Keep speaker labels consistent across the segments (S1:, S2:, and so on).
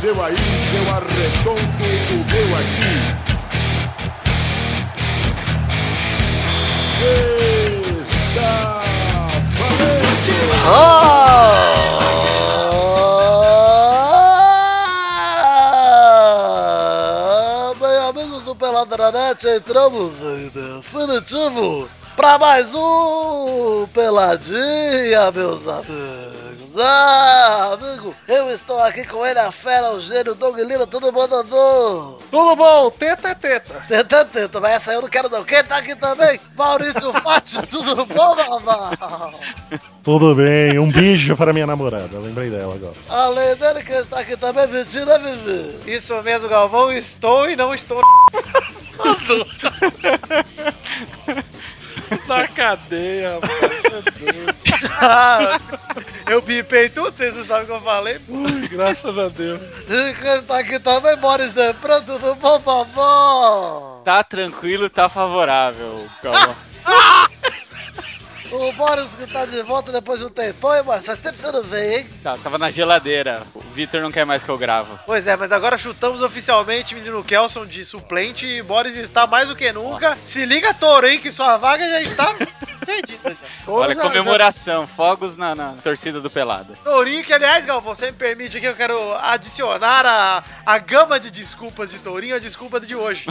S1: seu aí, eu arredondo o meu aqui. Está valente!
S2: Ah! Bem, amigos do Peladranet, entramos em definitivo para mais um Peladinha, meus amigos. Ah, amigo, eu estou aqui com ele, a fera, o gênio, o Doug Lira, tudo bom, Dodô?
S3: Tudo bom, teta é teta.
S2: Tenta, tenta, mas essa eu não quero não. Quem tá aqui também? Maurício Fátio, tudo bom, Babal?
S4: Tudo bem, um beijo para minha namorada, lembrei dela agora.
S2: Além dele, quem está aqui também? Mentira, Vivi.
S3: Isso mesmo, Galvão, estou e não estou na cadeia, Eu bipei tudo, vocês não sabem o que eu falei? graças a Deus.
S2: E quem tá aqui também, Boris Depran, tudo bom, vovó?
S5: Tá tranquilo, tá favorável, Calma.
S2: O Boris que tá de volta depois de um tempão, hein, Boris? Faz tempo que você não vem, hein?
S5: Tá, tava na geladeira. O Vitor não quer mais que eu gravo.
S3: Pois é, mas agora chutamos oficialmente menino Kelson de suplente e Boris está mais do que nunca. Se liga, Toro, hein, que sua vaga já está perdida.
S5: Olha, comemoração, fogos na, na torcida do Pelada.
S3: Tourinho, que aliás, Galvão, você me permite aqui, eu quero adicionar a, a gama de desculpas de Tourinho à desculpa de hoje.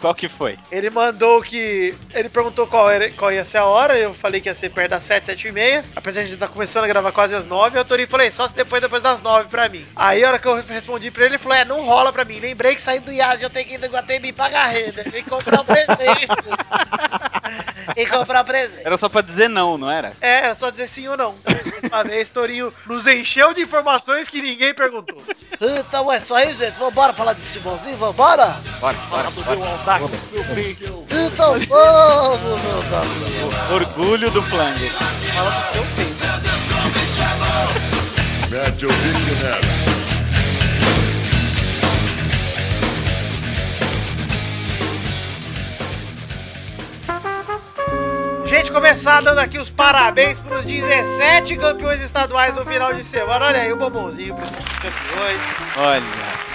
S5: Qual que foi?
S3: Ele mandou que. Ele perguntou qual, era, qual ia ser a hora. Eu falei que ia ser perto das 7, 7 e meia. Apesar de a gente estar começando a gravar quase às 9, eu Torinho falei, só se depois, depois das 9 pra mim. Aí a hora que eu respondi pra ele, ele falou: é, não rola pra mim. Lembrei que saí do Iás, eu tenho que ir no Guatemi pagar renda.
S2: Vem comprar um presente. e comprar um presente.
S5: Era só pra dizer não, não era?
S3: É, é só dizer sim ou não. Mais uma vez, Torinho nos encheu de informações que ninguém perguntou.
S2: Então é só aí, gente. Vambora falar de futebolzinho? Vambora?
S5: Bora, bora, bora.
S2: Então vamos, meus amigos.
S5: Orgulho do Flango.
S1: Mete o bico nela.
S3: Gente, começar dando aqui os parabéns para os 17 campeões estaduais no final de semana. Olha aí o bombonzinho para esses campeões.
S5: Olha.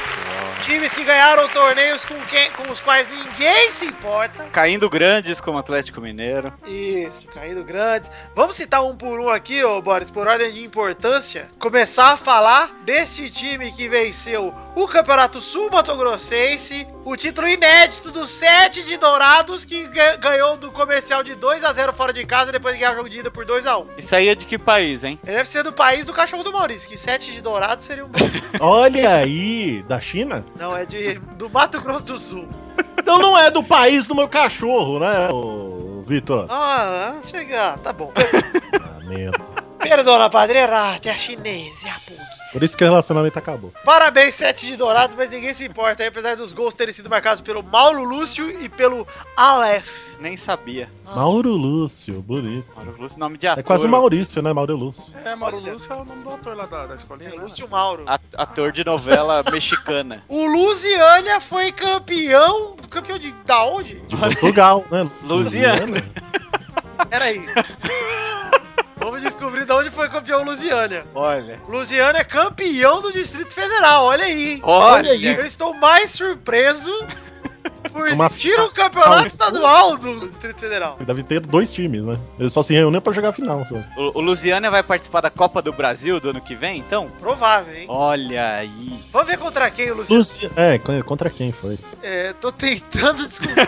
S3: Times que ganharam torneios com, quem, com os quais ninguém se importa.
S5: só. Caindo grandes como Atlético Mineiro.
S3: Isso, caindo grandes. Vamos citar um por um aqui, ô Boris, por ordem de importância. Começar a falar deste time que venceu o Campeonato Sul-Mato-Grossense, o título inédito do 7 de Dourados, que ga- ganhou do comercial de 2 a 0 fora de casa, depois de ganhar o jogo de ida por 2 a 1
S5: Isso aí é de que país, hein?
S3: Ele deve ser do país do cachorro do Maurício, que 7 de Dourados seria um.
S4: Olha aí, da China?
S3: Não, é de, do Mato Grosso do Sul.
S4: Então não é do país do meu cachorro, né, ô, Vitor?
S3: Ah, chega, tá bom.
S4: Ah, merda.
S3: Perdona, padreira, até a chinesa e a pug.
S4: Por isso que o relacionamento acabou.
S3: Parabéns, 7 de Dourados, mas ninguém se importa, hein? apesar dos gols terem sido marcados pelo Mauro Lúcio e pelo Aleph.
S5: Nem sabia.
S4: Mauro Lúcio, bonito.
S5: Mauro Lúcio, nome de
S4: É
S5: ator.
S4: quase Maurício, né, Mauro Lúcio.
S6: É, Mauro Lúcio é o nome do autor lá da, da escolinha.
S3: É
S6: né?
S3: Lúcio Mauro.
S5: At- Ator de novela mexicana.
S3: O Lusiânia foi campeão. Campeão de. Da onde?
S4: De Portugal, né?
S5: Lusiana.
S3: Peraí. Vamos descobrir da onde foi campeão o Lusiânia.
S5: Olha.
S3: Lusiânia é campeão do Distrito Federal, olha aí. hein?
S5: Olha,
S3: Eu estou mais surpreso por
S4: Uma-
S3: existir um campeonato
S4: Calma.
S3: estadual do Distrito Federal.
S4: Deve ter dois times, né? Eles só se reuniam pra jogar a final. Só.
S5: O, o Lusiana vai participar da Copa do Brasil do ano que vem, então?
S3: Provável, hein?
S5: Olha aí.
S3: Vamos ver contra quem o Luciano.
S4: Lúcia. É, co- contra quem foi?
S3: É, tô tentando descobrir.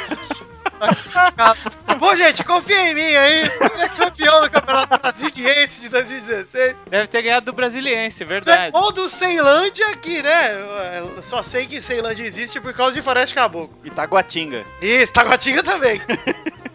S3: Bom, gente, confia em mim aí. Ele é campeão do Campeonato Brasiliense de 2016.
S5: Deve ter ganhado do Brasiliense, verdade.
S3: Ou é do Ceilândia, que, né? eu Só sei que Ceilândia existe por causa de Floresta Caboclo.
S5: oh! Itaguatinga.
S3: Isso, Taguatinga também.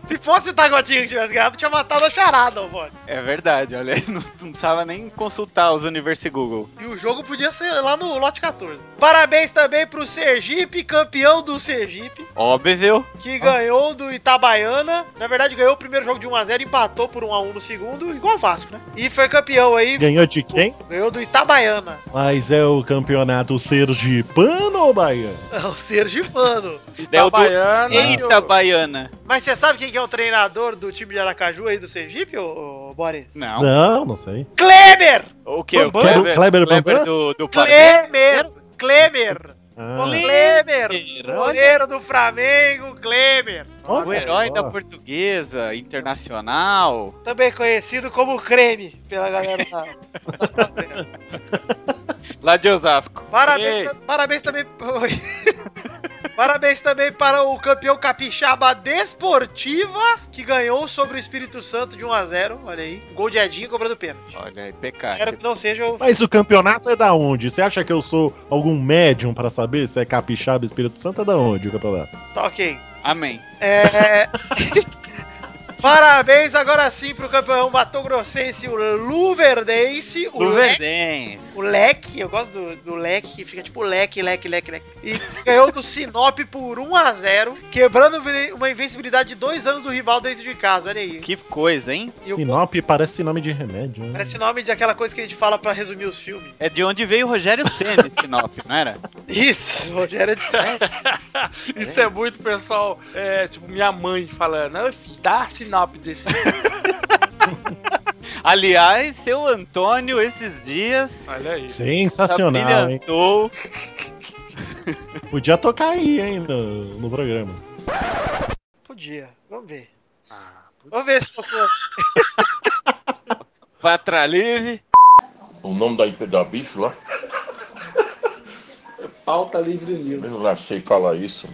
S3: Se fosse Taguatinga que tivesse ganhado, tinha matado a charada, ô, mano.
S5: É verdade, olha aí. Não, não precisava nem consultar os Universo Google.
S3: E o jogo podia ser lá no lote 14. Parabéns também pro Sergipe, campeão do Sergipe.
S5: Óbvio.
S3: que ganhou do Itabaiana. Na verdade, ganhou o primeiro jogo de 1x0, empatou por 1x1 no segundo, igual o Vasco, né? E foi campeão aí,
S4: Ganhou de quem?
S3: ganhou do Itabaiana.
S4: Mas é o campeonato sergipano ou baiano?
S3: É o Sergipano.
S5: É o do
S6: Itabaiana,
S5: Eita, Baiana.
S3: Mas você sabe quem que é o treinador do time de Aracaju aí do Sergipe, ô, ô Boris?
S5: Não.
S4: Não, não sei.
S3: Kleber!
S5: O que? O
S6: Bambam?
S5: Kleber,
S4: Kleber é
S5: Kleber
S4: Bambam?
S5: do, do Pará?
S3: Kleber! Klemer.
S4: Ah,
S3: O Klemer. Goleiro do Flamengo, Klemer.
S5: O herói da portuguesa, internacional.
S3: Também conhecido como Creme pela galera da... da favela.
S5: Lá de Osasco.
S3: Parabéns,
S5: Ei,
S3: parabéns também. Oi. Parabéns também para o campeão capixaba desportiva, que ganhou sobre o Espírito Santo de 1x0. Olha aí. um Gol de Edinho cobrando pênalti.
S5: Olha aí, pecado.
S3: Espero que não seja o.
S4: Mas o campeonato é da onde? Você acha que eu sou algum médium pra saber se é capixaba, Espírito Santo? É da onde o campeonato?
S3: Tá ok.
S5: Amém.
S3: É. Parabéns agora sim pro campeão matogrossense, o Luverdense. O
S5: O
S3: Leque,
S5: Verdense.
S3: o Leque, eu gosto do, do Leque, que fica tipo Leque, Leque, Leque, Leque. E ganhou do Sinop por 1x0, quebrando vi- uma invencibilidade de dois anos do rival dentro de casa, olha aí.
S5: Que coisa, hein?
S3: E o-
S4: Sinop parece nome de remédio. né?
S3: Parece nome de aquela coisa que a gente fala pra resumir os filmes.
S5: É de onde veio o Rogério Senna, esse Sinop, não era?
S3: Isso, Rogério é de
S6: É,
S3: Sinop.
S6: Isso é muito, pessoal. É, tipo, minha mãe falando, não, filho, dá a sinop desse.
S5: Aliás, seu Antônio, esses dias,
S6: Olha aí.
S4: Sensacional, hein?
S5: brilhantou.
S4: Podia tocar aí, hein, no, no programa.
S3: Podia, vamos ver.
S5: Ah,
S3: Vamos ver se tocou.
S5: Patra Livre.
S1: O nome da, da bicho lá?
S7: Pauta Livre News.
S1: Eu não sei falar isso.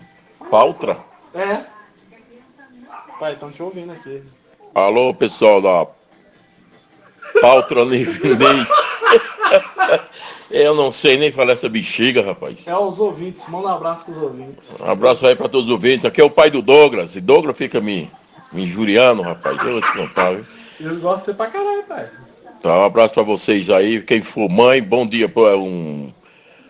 S1: Pautra?
S7: É. Pai, estão te ouvindo aqui.
S1: Alô, pessoal da Pautra Livre News. Eu não sei nem falar essa bexiga, rapaz.
S7: É os ouvintes, manda um abraço pros ouvintes.
S1: Um abraço aí pra todos os ouvintes. Aqui é o pai do Douglas. E Douglas fica me, me injuriando, rapaz. Eu vou te contar, viu?
S7: Eles gostam de você pra caralho, pai.
S1: Tá, um abraço pra vocês aí. Quem for mãe, bom dia. pô, é Um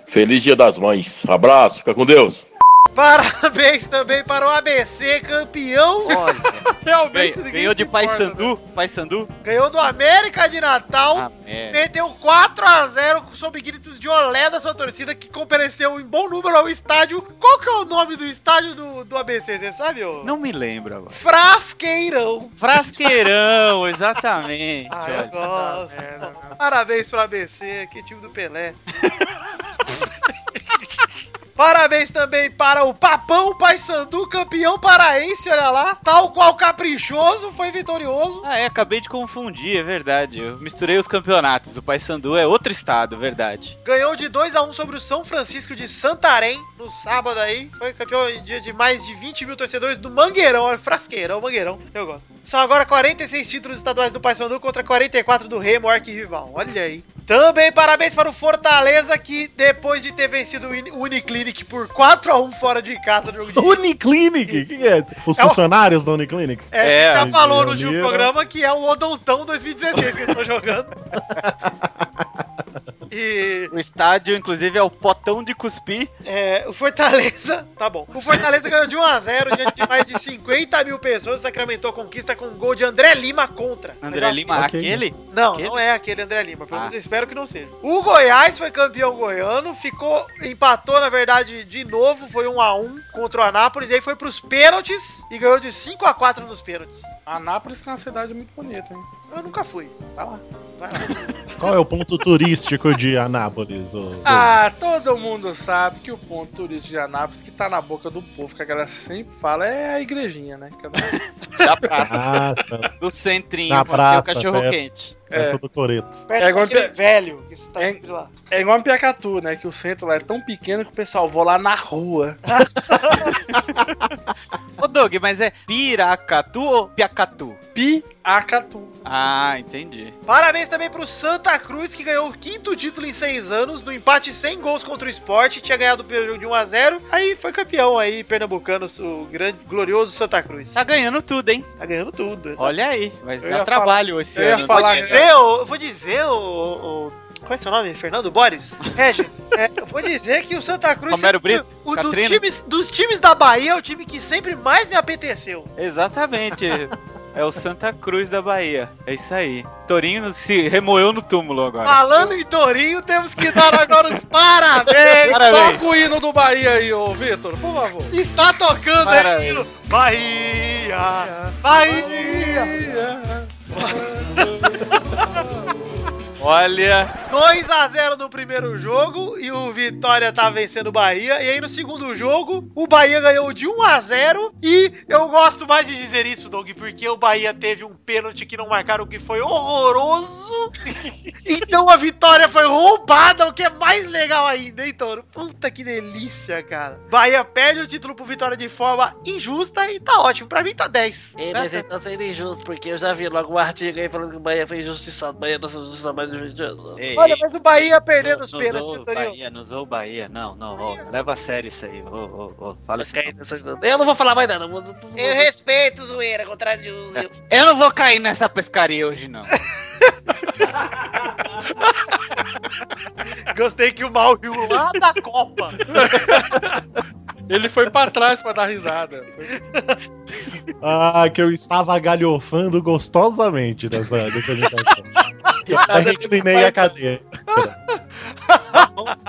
S1: feliz dia das mães. Abraço, fica com Deus.
S3: Parabéns também para o ABC, campeão.
S5: Olha,
S6: Realmente
S5: ganhou,
S6: ninguém
S5: ganhou de
S6: se importa, né?
S5: Paysandu. Paysandu?
S3: Ganhou do América de Natal.
S5: Ah, merda.
S3: Meteu 4x0 sob gritos de olé da sua torcida, que compareceu em bom número ao estádio. Qual que é o nome do estádio do, do ABC, você sabe? ô?
S5: Não me lembro agora.
S3: Frasqueirão.
S5: Frasqueirão, exatamente.
S3: Ah,
S5: olha.
S3: eu gosto.
S6: É, não, não.
S3: Parabéns pro ABC, que time do Pelé. Parabéns também para o Papão Paysandu, campeão paraense, olha lá. Tal qual caprichoso, foi vitorioso.
S5: Ah, é, acabei de confundir, é verdade. Eu misturei os campeonatos. O Paysandu é outro estado, verdade.
S3: Ganhou de 2 a 1 sobre o São Francisco de Santarém no sábado aí. Foi campeão em dia de mais de 20 mil torcedores do Mangueirão. Olha, frasqueirão, Mangueirão. Eu gosto. São agora 46 títulos estaduais do Paysandu contra 44 do Remo, arquirrival. Olha aí. Também parabéns para o Fortaleza, que depois de ter vencido o Uni- o Uniclinic por 4 a 1 fora de casa no jogo de
S4: Uniclinic? O que, que é? Os
S3: É o-
S4: funcionários da Uniclinic?
S3: É, a gente
S5: É,
S3: já falou no
S4: Leonino.
S3: último programa que é o Odontão 2016 que eles estão jogando. E
S5: O estádio, inclusive, é o potão de cuspir.
S3: é, o Fortaleza. Tá bom. O Fortaleza ganhou de 1x0 diante de mais de 50 mil pessoas. Sacramentou a conquista com um gol de André Lima contra. Mas eu
S5: André
S3: acho
S5: Lima,
S4: ok.
S5: aquele?
S3: que- Não,
S5: aquele?
S3: não é aquele André Lima. Pelo
S5: Ah.
S3: menos eu espero que não seja. O Goiás foi campeão goiano. Ficou. Empatou, na verdade, de novo. Foi 1x1 contra o Anápolis. E aí foi pros pênaltis. E ganhou de 5x4 nos pênaltis.
S6: Anápolis que é uma cidade muito bonita, hein?
S3: Eu nunca fui.
S6: Vai lá.
S3: Vai lá.
S4: Qual é o ponto turístico de Anápolis? ô?
S6: Ah, todo mundo sabe que o ponto turístico de Anápolis, que tá na boca do povo, que a galera sempre fala, é a igrejinha, né? Que é da-
S5: Da praça,
S4: Ah, tá.
S5: do centrinho,
S4: Na
S5: onde tem
S4: praça,
S5: o cachorro
S4: perto.
S5: quente.
S4: é
S6: É.
S4: todo coreto.
S3: Perto
S6: É igual
S3: daquele
S6: pe-
S3: velho que está
S6: É-
S3: sempre lá.
S6: É igual a Piacatu, né? Que o centro lá é tão pequeno que o pessoal vou lá na rua.
S5: Ô, Doug, mas é Piracatu ou Piacatu?
S6: Piacatu.
S5: Ah, entendi.
S3: Parabéns também pro Santa Cruz, que ganhou o quinto título em seis anos, no empate sem gols contra o esporte, tinha ganhado o primeiro jogo de 1x0, aí foi campeão aí, pernambucano, o grande, glorioso Santa Cruz.
S5: Tá ganhando tudo, hein?
S3: Tá ganhando tudo. exato.
S5: Olha aí, vai
S6: Eu
S5: dar
S6: ia
S5: trabalho esse
S6: eu ia
S5: ano. né?
S3: vou
S6: falar-
S3: dizer, ô- eu vou dizer, o, Qual é seu nome? Fernando Boris? Regis. É, eu vou dizer que o Santa Cruz.
S5: Romero
S3: sempre- o dos,
S5: Catrina.
S3: times, dos times da Bahia é o time que sempre mais me apeteceu.
S5: Exatamente. É o Santa Cruz da Bahia. É isso aí. Torino se remoeu no túmulo agora.
S3: Falando em Torinho, temos que dar agora os parabéns!
S5: Parabéns.
S6: Toca o hino do Bahia aí, ô Vitor, por favor.
S3: Está tá tocando
S5: Parabéns.
S3: aí, Nilo. Bahia! Bahia!
S5: Olha,
S3: 2x0 no primeiro jogo e o Vitória tá vencendo o Bahia. E aí no segundo jogo, o Bahia ganhou de 1x0. E eu gosto mais de dizer isso, Doug, porque o Bahia teve um pênalti que não marcaram, que foi horroroso. então a vitória foi roubada, o que é mais legal ainda, hein, Toro? Puta que delícia, cara. Bahia perde o título pro Vitória de forma injusta e tá ótimo. Pra mim tá 10.
S2: Ei, mas ele tá sendo injusto, porque eu já vi logo um artigo aí falando que o Bahia foi injustiçado. O Bahia tá sendo injustiçado mais injustiçado.
S8: Ei,
S3: Olha,
S8: ei,
S3: mas o Bahia perdendo
S8: não-
S3: os
S8: não
S3: pênaltis,
S8: zoa o
S3: Vitorino.
S8: Bahia, não zoa o Bahia. Não, não, ô, leva a sério isso aí. Ô, ô, ô, fala isso. não.
S2: Eu não vou falar mais nada. Eu, vou-
S9: Eu respeito zoeira, contrário de uso.
S5: Eu não vou cair nessa pescaria hoje, não.
S3: Gostei que o mal riu lá da Copa.
S6: Ele foi pra trás pra dar risada.
S4: Ah, que eu estava galhofando gostosamente dessa, dessa imitação. Eu até Tá reclinei a cadeira.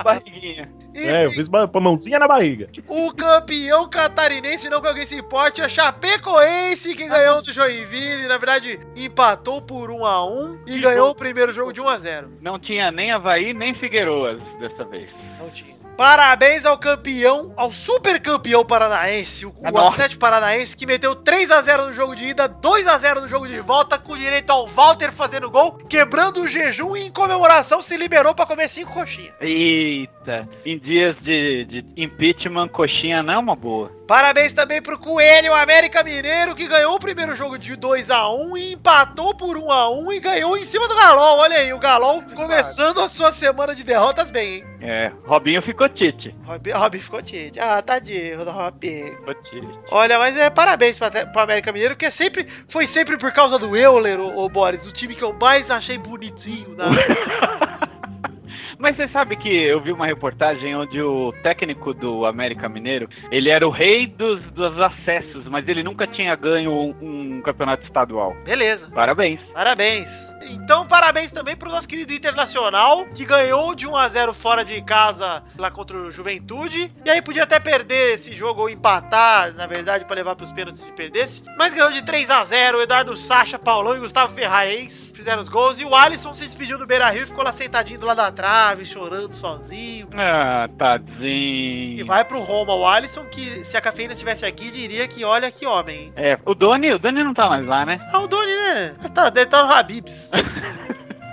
S5: Barriguinha.
S3: E
S4: É, eu fiz uma uma mãozinha na barriga.
S3: o campeão catarinense, não que alguém se importe, é Chapecoense, que ganhou do Joinville. Na verdade, empatou por 1x1 e
S5: Que
S3: ganhou
S5: jogo.
S3: o primeiro jogo de 1x0.
S5: Não tinha nem Havaí, nem Figueiroas dessa vez.
S3: Não tinha. Parabéns ao campeão, ao super campeão paranaense, o, o
S5: Ah, não.
S3: Atlético Paranaense, que meteu 3x0 no jogo de ida, 2x0 no jogo de volta, com direito ao Walter fazendo gol, quebrando o jejum e em comemoração se liberou pra comer cinco coxinhas.
S5: Eita, em dias de, de impeachment, coxinha não é uma boa.
S3: Parabéns também pro Coelho, o América Mineiro, que ganhou o primeiro jogo de 2x1 e empatou por 1x1 e ganhou em cima do Galol. Olha aí, o Galol começando a sua semana de derrotas bem, hein?
S5: É, Robinho ficou Tite.
S3: Rob, Rob ficou tiete. Ah, tadinho do Rob.
S5: Ficou Tite.
S3: Olha, mas é parabéns pra, pra América Mineiro, que é sempre, foi sempre por causa do Euler, ô, ô Boris, o time que eu mais achei bonitinho. Né?
S5: Mas você sabe que eu vi uma reportagem onde o técnico do América Mineiro, ele era o rei dos, dos acessos, mas ele nunca tinha ganho um, um campeonato estadual.
S3: Beleza,
S5: Parabéns.
S3: parabéns. Então, parabéns também pro nosso querido Internacional, que ganhou de 1 a 0 fora de casa lá contra o Juventude. E aí podia até perder esse jogo ou empatar, na verdade, pra levar pros pênaltis se perdesse. Mas ganhou de 3 a 0 Eduardo Sacha, Paulão e Gustavo Ferrares fizeram os gols. E o Alisson se despediu do Beira Rio e ficou lá sentadinho do lado da trave, chorando sozinho.
S5: Ah,
S3: E
S5: tadinho.
S3: vai pro Roma o Alisson, que se a cafeína estivesse aqui, diria que olha que homem. hein?
S5: É, o Doni, o Doni não tá mais lá, né?
S3: Ah, o Doni, né? Tá, deve tá no Habibs.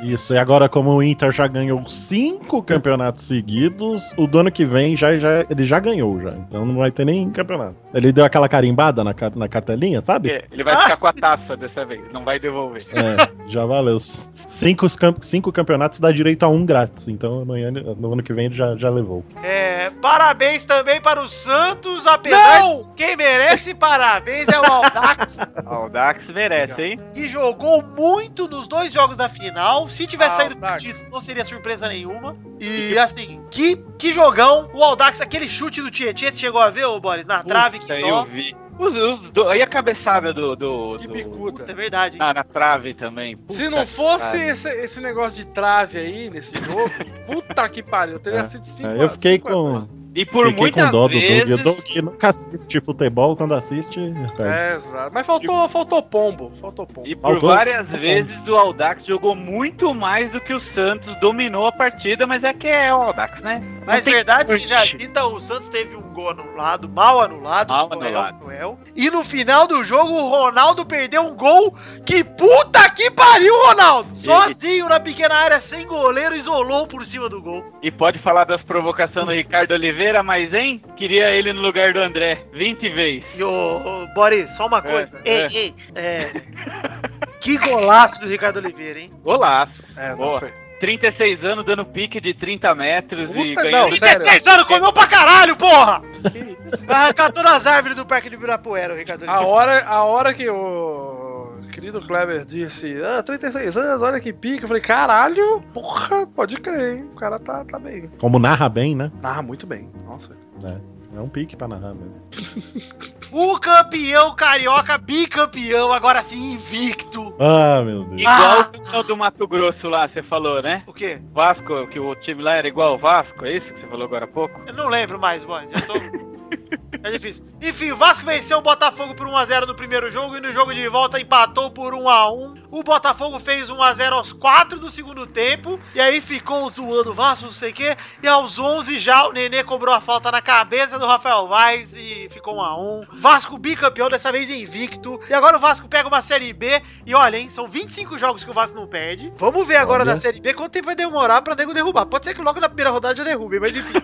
S4: Isso, e agora como o Inter já ganhou cinco campeonatos seguidos, o do ano que vem já, já, ele já ganhou, já. Então não vai ter nem campeonato. Ele deu aquela carimbada na, ca- na cartelinha, sabe?
S5: É, Ele vai
S3: Ah,
S5: ficar com a taça dessa vez, não vai devolver.
S4: É, já valeu. S- Cinco, os camp- cinco campeonatos dá direito a um grátis. Então amanhã, ele- no ano que vem, ele já, já levou.
S3: É, parabéns também para o Santos, apesar de quem merece parabéns é o Aldax,
S5: Ó, Ah, o Dax merece, hein?
S3: que jogou muito nos dois jogos da final. Se
S6: Ah,
S3: tivesse saído do
S6: Aldax.
S3: título, não seria surpresa nenhuma. E assim, que, que jogão. O Aldax, aquele chute do Tietchan, você chegou a ver, ô Boris? Na trave, que
S8: Puta,
S3: dó.
S8: eu vi. Os, os do- E a cabeçada do. do,
S6: Que
S8: do-
S6: bicuda.
S3: Puta, é verdade. hein?
S8: na, na trave também. Puta
S6: Se não
S8: que
S6: fosse
S8: pariu.
S6: esse, esse negócio de trave aí nesse jogo, puta que pariu, teria sido 5
S4: É, eu fiquei com,
S8: E por
S4: fiquei
S8: muitas
S4: com dó
S8: vezes.
S4: do Doug. O Doug nunca assiste futebol, quando assiste... perde.
S6: É, exato. Mas
S3: Tipo-
S6: faltou, faltou pombo. Faltou pombo.
S5: E por
S4: Faltou.
S5: várias vezes o Aldax jogou muito mais do que o Santos, dominou a partida, mas é que é o Aldax, né? Não
S3: Mas
S5: tem
S3: verdade
S5: sorte.
S3: seja dita, o Santos teve um gol anulado, mal anulado, é
S5: Mal
S3: cruel,
S5: anulado.
S3: cruel. um. E no final do jogo, o Ronaldo perdeu um gol que puta que pariu, Ronaldo! Sozinho na pequena área, sem goleiro, isolou por cima do gol.
S5: E pode falar das provocações do Ricardo Oliveira, mas hein? Queria ele no lugar do André, 20 vezes.
S3: E ô, ô, Boris, só uma coisa.
S9: Ei,
S5: É.
S9: ei,
S3: É. Que golaço do Ricardo Oliveira, hein?
S5: Golaço.
S6: É,
S5: Boa.
S6: não foi.
S5: 36 anos dando pique de 30 metros e
S6: Puta,
S5: ganhando.
S6: não, sério.
S3: 16 anos, comeu pra caralho, porra! Vai arrancar todas as árvores do Parque de Ibirapuera, o Ricardo
S6: A
S3: Oliveira.
S6: hora, a hora que o querido Kleber disse, ah, 36 anos, olha que pica. Eu falei, caralho, porra, pode crer, hein? O cara tá, tá bem.
S4: Como narra bem, né?
S6: Narra muito bem. Nossa.
S4: É um pique pra narrar mesmo.
S3: O campeão carioca, bicampeão, agora sim invicto.
S4: Ah, meu Deus.
S5: Igual
S3: Ah.
S5: o final do Mato Grosso lá, você falou, né?
S3: O quê?
S5: Vasco, que o time lá era igual ao Vasco, é isso que você falou agora há pouco?
S3: Eu não lembro mais, mano. Já tô. É difícil. Enfim, o Vasco venceu o Botafogo por 1x0 no primeiro jogo e no jogo de volta empatou por 1x1. O Botafogo fez 1x0 aos 4 do segundo tempo e aí ficou zoando o Vasco, não sei o quê. E aos 11 já o Nenê cobrou a falta na cabeça do Rafael Vaz e ficou 1x1. Vasco bicampeão, dessa vez invicto. E agora o Vasco pega uma Série B e olha, hein, são 25 jogos que o Vasco não perde. Vamos ver agora
S4: Olha.
S3: da Série B quanto tempo vai demorar pra nego derrubar. Pode ser que logo na primeira rodada já derrube, mas enfim.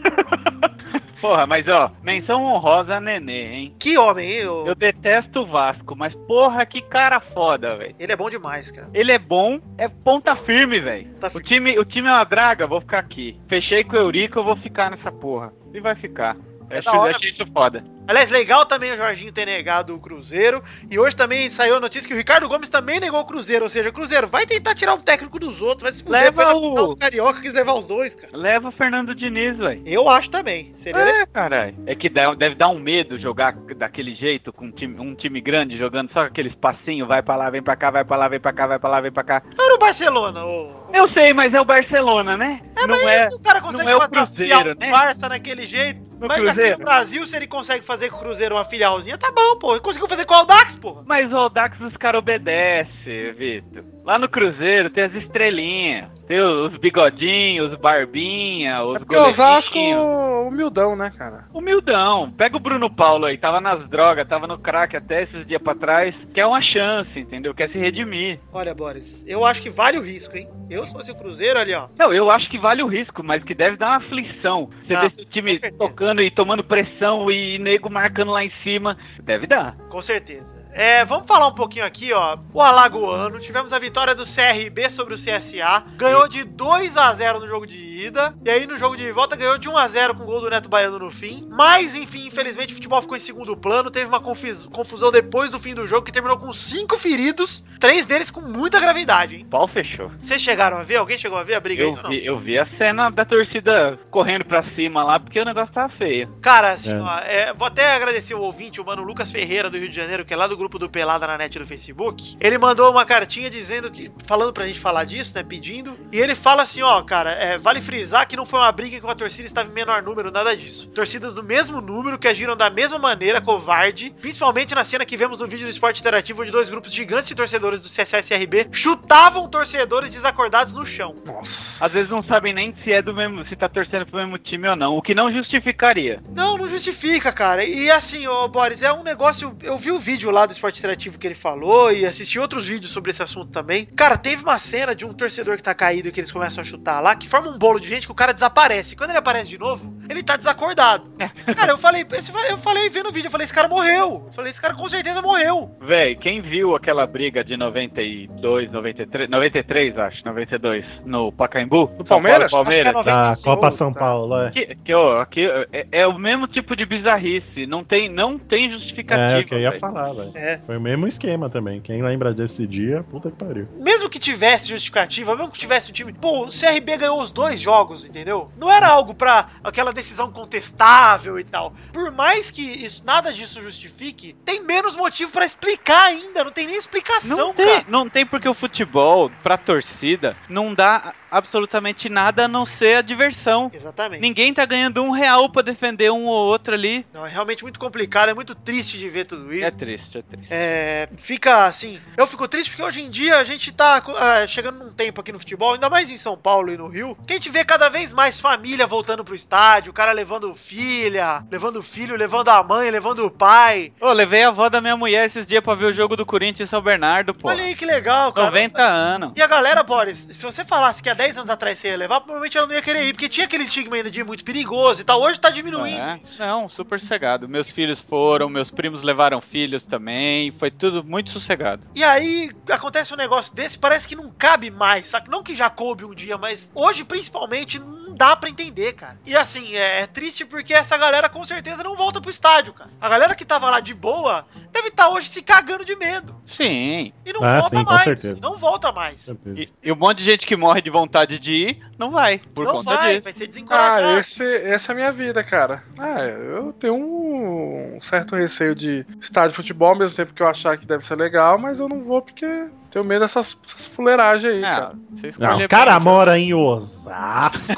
S5: Porra, mas ó, menção honrosa a Nenê, hein?
S3: que homem, hein? ô?
S5: Eu detesto o Vasco, mas porra, que cara foda, velho.
S3: Ele é bom demais, cara.
S5: Ele é bom, é ponta firme, velho.
S3: Tá
S5: O
S3: fi-
S5: time, o time é uma draga, vou ficar aqui. Fechei com o Eurico, eu vou ficar nessa porra. E vai ficar.
S3: É
S5: Eu
S3: da
S5: achei-
S3: hora.
S5: achei isso foda.
S3: Aliás, legal também o Jorginho ter negado o Cruzeiro. E hoje também saiu a notícia que o Ricardo Gomes também negou o Cruzeiro. Ou seja, o Cruzeiro vai tentar tirar um técnico dos outros, vai se fuder.
S5: Leva
S3: foi na
S5: o-
S3: final do Carioca, quis levar os dois, cara.
S5: Leva o Fernando Diniz, velho.
S3: Eu acho também. Seria legal.
S5: É, caralho. É que dá- deve dar um medo jogar daquele jeito, com um time, um time grande jogando só aquele espacinho, vai pra lá, vem pra cá, vai pra lá, vem pra cá, vai pra lá, vem pra cá.
S3: Era o Barcelona, ô.
S5: Eu sei, mas é o Barcelona, né?
S3: É,
S5: não
S3: mas
S5: é.
S3: se o cara consegue
S5: não é o
S3: fazer uma
S5: Cruzeiro,
S3: filial do
S5: né?
S3: Barça naquele jeito,
S5: No
S3: mas aqui
S5: Cruzeiro.
S3: no Brasil, se ele consegue fazer com o Cruzeiro uma filialzinha, tá bom, pô. Ele conseguiu fazer com o Aldax, porra.
S5: Mas o Aldax os caras obedecem, Vitor. Lá no Cruzeiro tem as estrelinhas, tem os bigodinhos, os barbinha, os
S6: É porque o Osasco,
S5: goleirinhos.
S6: humildão, né, cara?
S5: Humildão. Pega o Bruno Paulo aí, tava nas drogas, tava no crack até esses dias pra trás. Quer uma chance, entendeu? Quer se redimir.
S3: Olha, Boris, eu acho que vale o risco, hein? Eu, se fosse o Cruzeiro ali, ó.
S5: Não, eu acho que vale o risco, mas que deve dar uma aflição. Você
S3: Ah,
S5: vê seu time
S3: com certeza.
S5: tocando e tomando pressão e nego marcando lá em cima. Deve dar.
S3: Com certeza. É, vamos falar um pouquinho aqui, ó. O Alagoano, tivemos a vitória do CRB sobre o CSA. Ganhou de 2 a 0 no jogo de ida. E aí no jogo de volta ganhou de 1 a 0 com o gol do Neto Baiano no fim. Mas, enfim, infelizmente o futebol ficou em segundo plano. Teve uma confis- confusão depois do fim do jogo que terminou com cinco feridos, três deles com muita gravidade, hein?
S5: O pau fechou.
S3: Vocês chegaram a ver? Alguém chegou a ver a briga
S5: Eu
S3: ainda ou não?
S5: vi, eu vi a cena da torcida correndo pra cima lá, porque o negócio tava feio.
S3: Cara, assim,
S4: É.
S3: ó, é, vou até agradecer o ouvinte, o mano Lucas Ferreira do Rio de Janeiro, que é lá do grupo do Pelada na net do Facebook. Ele mandou uma cartinha dizendo que, falando pra gente falar disso, né, pedindo. E ele fala assim, ó, cara, é, vale frisar que não foi uma briga em que a torcida estava em menor número, nada disso. Torcidas do mesmo número que agiram da mesma maneira, covarde, principalmente na cena que vemos no vídeo do esporte interativo onde dois grupos gigantes de torcedores do CSSRB chutavam torcedores desacordados no chão.
S6: Nossa.
S5: Às vezes não sabem nem se é do mesmo, se tá torcendo pro mesmo time ou não, o que não justificaria.
S3: Não, não justifica, cara. E assim, ô Boris, é um negócio. Eu vi o vídeo lá do esporte interativo que ele falou e assisti outros vídeos sobre esse assunto também. Cara, teve uma cena de um torcedor que tá caído e que eles começam a chutar lá, que forma um bolo de gente que o cara desaparece. Quando ele aparece de novo, ele tá desacordado. Cara, eu falei, esse- eu falei vendo o vídeo, eu falei, esse cara morreu. Eu falei, esse cara com certeza morreu.
S5: Véi, quem viu aquela briga de 92, 93, 93 acho, 92, no Pacaembu? No
S6: Palmeiras?
S5: Palmeiras.
S3: Acho que é
S4: Da
S3: 95,
S4: Ah, Copa São
S6: tá.
S4: Paulo, é.
S5: Que, que, ó, que, é, é o mesmo tipo de bizarrice, não tem, não tem justificativa.
S4: É, o que eu ia
S5: véi.
S4: falar, velho.
S3: É.
S4: Foi o mesmo esquema também. Quem lembra desse dia, puta que pariu.
S3: Mesmo que tivesse justificativa, mesmo que tivesse um time. Pô, o CRB ganhou os dois jogos, entendeu? Não era algo pra aquela decisão contestável e tal. Por mais que isso, nada disso justifique, tem menos motivo pra explicar ainda. Não tem nem explicação,
S10: Não
S3: cara.
S10: tem, não tem porque o futebol, pra torcida, não dá absolutamente nada a não ser a diversão.
S3: Exatamente.
S10: Ninguém tá ganhando um real pra defender um ou outro ali.
S3: Não, é realmente muito complicado, é muito triste de ver tudo
S10: É
S3: isso.
S10: triste, é triste.
S3: É, fica assim. Eu fico triste porque hoje em dia a gente tá ah, chegando num tempo aqui no futebol, ainda mais em São Paulo e no Rio, que a gente vê cada vez mais família voltando pro estádio, o cara levando filha, levando o filho, levando a mãe, levando o pai.
S10: Ô, levei a avó da minha mulher esses dias pra ver o jogo do Corinthians e São Bernardo, pô.
S3: Olha aí que legal, cara. tá
S10: 90 anos.
S3: E a galera, Boris, se você falasse que há 10 anos atrás você ia levar, provavelmente ela não ia querer ir, porque tinha aquele estigma ainda de muito perigoso e tal. Hoje tá diminuindo.
S10: É, não, super sossegado. Meus filhos foram, meus primos levaram filhos também. Foi tudo muito sossegado.
S3: E aí acontece um negócio desse, parece que não cabe mais, saca? Não que já coube um dia, mas hoje principalmente não dá pra entender, cara. E assim, é, é triste porque essa galera com certeza não volta pro estádio, cara. A galera que tava lá de boa deve estar hoje se cagando de medo.
S10: Sim.
S3: E não
S4: Ah,
S3: volta
S4: sim, com
S3: mais.
S4: certeza.
S3: Não volta mais.
S10: E, e um monte de gente que morre de vontade de ir, não vai, por
S3: não
S10: conta
S3: vai,
S10: disso.
S3: vai ser desencorajado.
S6: Ah, esse, essa é a minha vida, cara. Ah, eu tenho um certo receio de estar de futebol, ao mesmo tempo que eu achar que deve ser legal, mas eu não vou porque tenho medo dessas, dessas fuleiragens aí,
S10: Ah,
S6: cara.
S10: você escolhe
S4: Não,
S10: bem.
S4: o cara mora em Osasco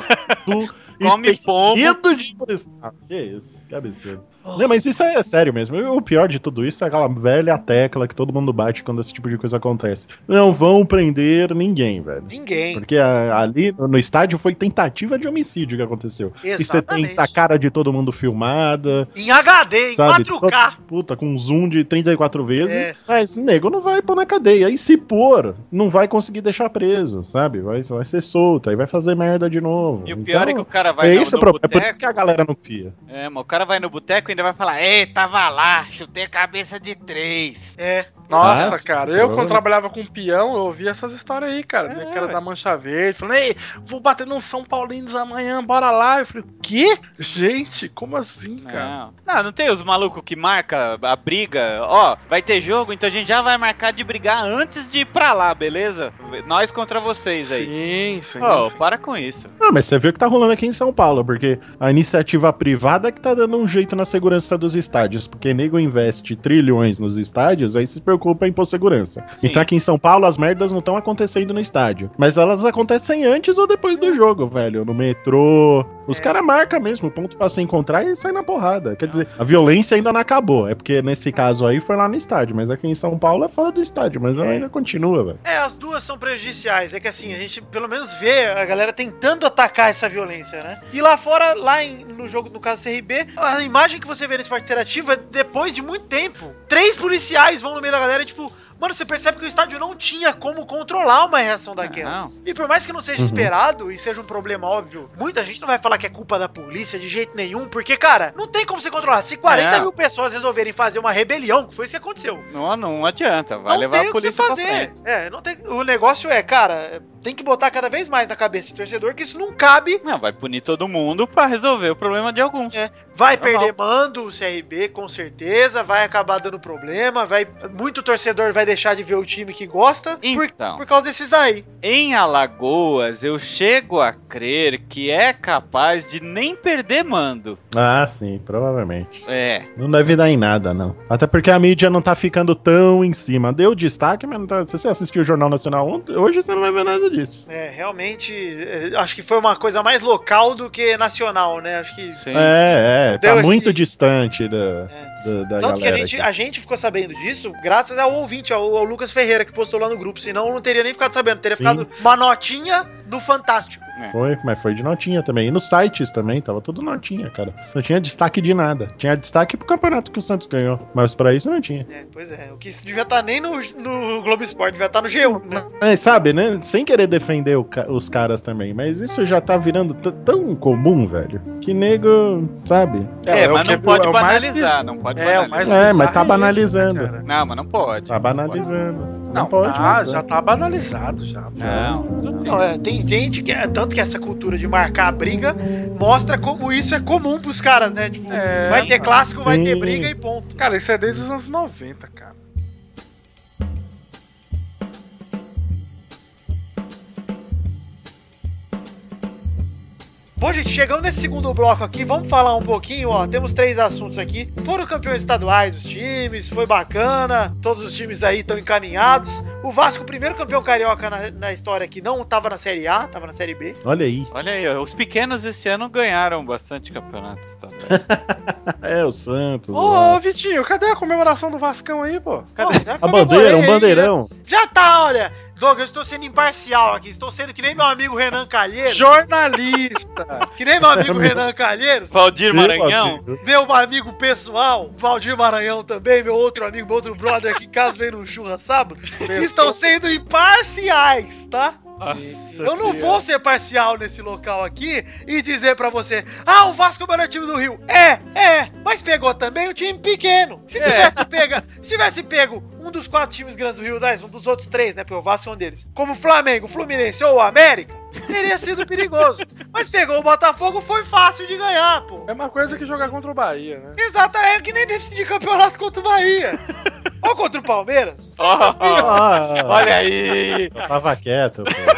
S10: come pombo.
S4: Medo de emprestar. Ah, Que isso, que absurdo.
S10: Oh.
S4: Não, mas isso é sério mesmo. E O pior de tudo isso é aquela velha tecla que todo mundo bate quando esse tipo de coisa acontece. Não vão prender ninguém, velho.
S3: Ninguém.
S4: Porque a- ali no estádio foi tentativa de homicídio que aconteceu. E você tem
S3: Exatamente.
S4: a cara de todo mundo filmada,
S3: Em HD, em
S4: sabe?
S3: 4K.
S4: Todo- Puta, com um zoom de 34 vezes.
S3: É.
S4: Mas o nego não vai pôr na cadeia. E se pôr, não vai conseguir deixar preso, sabe? Vai, vai ser solto, aí vai fazer merda de novo.
S10: E o pior é que o cara vai
S4: é
S10: no,
S4: esse o
S10: no
S4: problema. É por
S10: boteco.
S4: isso que a galera não pia.
S10: É, mas o cara vai no boteco e ainda vai falar: Ei, tava lá, chutei a cabeça de três.
S3: É.
S6: Nossa,
S4: Nossa,
S6: cara, eu
S4: que
S6: quando
S4: horror.
S6: trabalhava com peão, eu ouvia essas histórias aí, cara.
S10: É,
S6: que era
S10: ué.
S6: da Mancha Verde, falando, ei, vou bater nos São Paulinos amanhã, bora lá. Eu falei, o quê? Gente, como assim, cara?
S10: Não. Ah, não, não tem os malucos que marca a briga. Ó, vai ter jogo, então a gente já vai marcar de brigar antes de ir pra lá, beleza? Nós contra vocês aí.
S6: Sim, sim.
S10: Ô,
S6: sim.
S10: para com isso.
S4: Ah, mas você vê o que tá rolando aqui em São Paulo, porque a iniciativa privada é que tá dando um jeito na segurança dos estádios, porque nego investe trilhões nos estádios, aí se preocupa em pôr segurança.
S10: Sim.
S4: Então aqui em São Paulo as merdas não estão acontecendo no estádio, mas elas acontecem antes ou depois do jogo, velho, no metrô. Os caras marcam mesmo o ponto pra se encontrar e sai na porrada. Quer dizer, a violência ainda não acabou, é porque nesse caso aí foi lá no estádio, mas aqui em São Paulo é fora do estádio, mas ela ainda continua, velho.
S3: É, as duas são prejudiciais. É que assim, a gente pelo menos vê a galera tentando atacar essa violência, né? E lá fora, lá em- no jogo, no caso CRB, a imagem que você vê nesse parque interativo é depois de muito tempo. Três policiais vão no meio da galera e tipo. Mano, você percebe que o estádio não tinha como controlar uma reação daquelas. E por mais que não seja
S4: Uhum.
S3: esperado e seja um problema óbvio, muita gente não vai falar que é culpa da polícia de jeito nenhum, porque, cara, não tem como você controlar. Se 40
S10: É.
S3: mil pessoas resolverem fazer uma rebelião, que foi isso que aconteceu
S10: Não, não adianta. Vai
S3: não
S10: levar
S3: tem
S10: a
S3: o que
S10: polícia
S3: você fazer. É, não tem... O negócio é, cara, tem que botar cada vez mais na cabeça do torcedor que isso não cabe.
S10: Não, vai punir todo mundo pra resolver o problema de alguns.
S3: Vai
S10: Normal.
S3: perder mando o CRB, com certeza, vai acabar dando problema, vai muito torcedor vai deixar de ver o time que gosta É, por,
S10: Então.
S3: por causa desses aí.
S10: Em Alagoas, eu chego a crer que é capaz de nem perder mando.
S4: Ah, sim, provavelmente.
S10: É.
S4: Não deve dar em nada, não. Até porque a mídia não tá ficando tão em cima. Deu destaque, mas não tá... se você assistiu o Jornal Nacional ontem, hoje você não vai ver nada disso.
S3: É, realmente, é, acho que foi uma coisa mais local do que nacional, né? Acho que
S10: Sim.
S4: É, é,
S3: Deu
S4: tá
S3: esse- É.
S4: muito distante da, da, da
S3: Tanto que a
S4: galera
S3: gente,
S4: aqui.
S3: a gente ficou sabendo disso graças ao ouvinte, ao, ao Lucas Ferreira, que postou lá no grupo. Senão eu não teria nem ficado sabendo. Teria
S4: Sim.
S3: ficado uma notinha do Fantástico.
S4: Foi, mas foi de notinha também. E nos sites também, tava tudo notinha, cara. Não tinha destaque de nada. Tinha destaque pro campeonato que o Santos ganhou. Mas pra isso não tinha.
S3: É, pois é. O que isso devia estar nem no, no Globo Esporte, devia estar no G1. né?
S4: Mas sabe, né? Sem querer defender o ca- os caras também. Mas isso já tá virando t- tão comum, velho. Que nego, sabe?
S10: É,
S6: o
S10: mas
S6: que-
S10: não pode
S6: é o mais
S10: banalizar, não pode
S6: é, o Ah,
S10: banalizar.
S6: mais
S4: É, mas
S3: né,
S4: tá
S6: bizarro é esse,
S4: banalizando.
S6: cara.
S10: Não, mas não pode.
S4: Tá banalizando. Não,
S6: Não,
S4: pode.
S6: tá,
S4: mas-
S6: já tá banalizado já.
S10: Não.
S3: Não, é, tem gente que. é- Tanto que essa cultura de marcar a briga mostra como isso é comum pros caras, né? Tipo,
S6: É,
S3: vai ter clássico, vai ter
S4: Sim.
S3: briga e ponto.
S6: Cara, isso é desde os anos 90, cara.
S3: Bom, gente, chegando nesse segundo bloco aqui, vamos falar um pouquinho, ó. Temos três assuntos aqui. Foram campeões estaduais os times, foi bacana. Todos os times aí estão encaminhados. O Vasco, o primeiro campeão carioca na, na história que não tava na Série A, tava na Série B.
S4: Olha aí.
S10: Olha aí, ó, os pequenos esse ano ganharam bastante campeonatos também.
S4: É, o Santos.
S6: Ô, Vitinho, cadê a comemoração do Vascão aí, pô?
S3: Cadê?
S4: a bandeira,
S3: né?
S4: um bandeirão.
S3: Já tá, olha. Doug, eu estou sendo imparcial aqui. Estou sendo que nem meu amigo Renan Calheiros.
S6: Jornalista!
S3: Que nem meu amigo Renan Calheiros.
S10: Valdir
S4: Meu
S10: Maranhão?
S4: amigo.
S3: Meu amigo pessoal, Valdir Maranhão também, meu outro amigo, meu outro brother que caso vem no churra sábado,
S6: Então,
S3: estão sendo imparciais, tá? Eu não vou ser parcial nesse local aqui e dizer pra você, ah, o Vasco é o melhor time do Rio. É, é, mas pegou também o time pequeno. Se tivesse, pega, se tivesse pego um dos quatro times grandes do Rio, aliás, um dos outros três, né, porque o Vasco é um deles, como o Flamengo, o Fluminense ou o América, teria sido perigoso. Mas pegou o Botafogo, foi fácil de ganhar, pô.
S6: É uma coisa que jogar contra o Bahia, né?
S3: Exato, é que nem decidir campeonato contra o Bahia. ou contra o Palmeiras.
S10: Ó,
S4: Ah,
S10: olha aí!
S4: eu tava quieto. pô.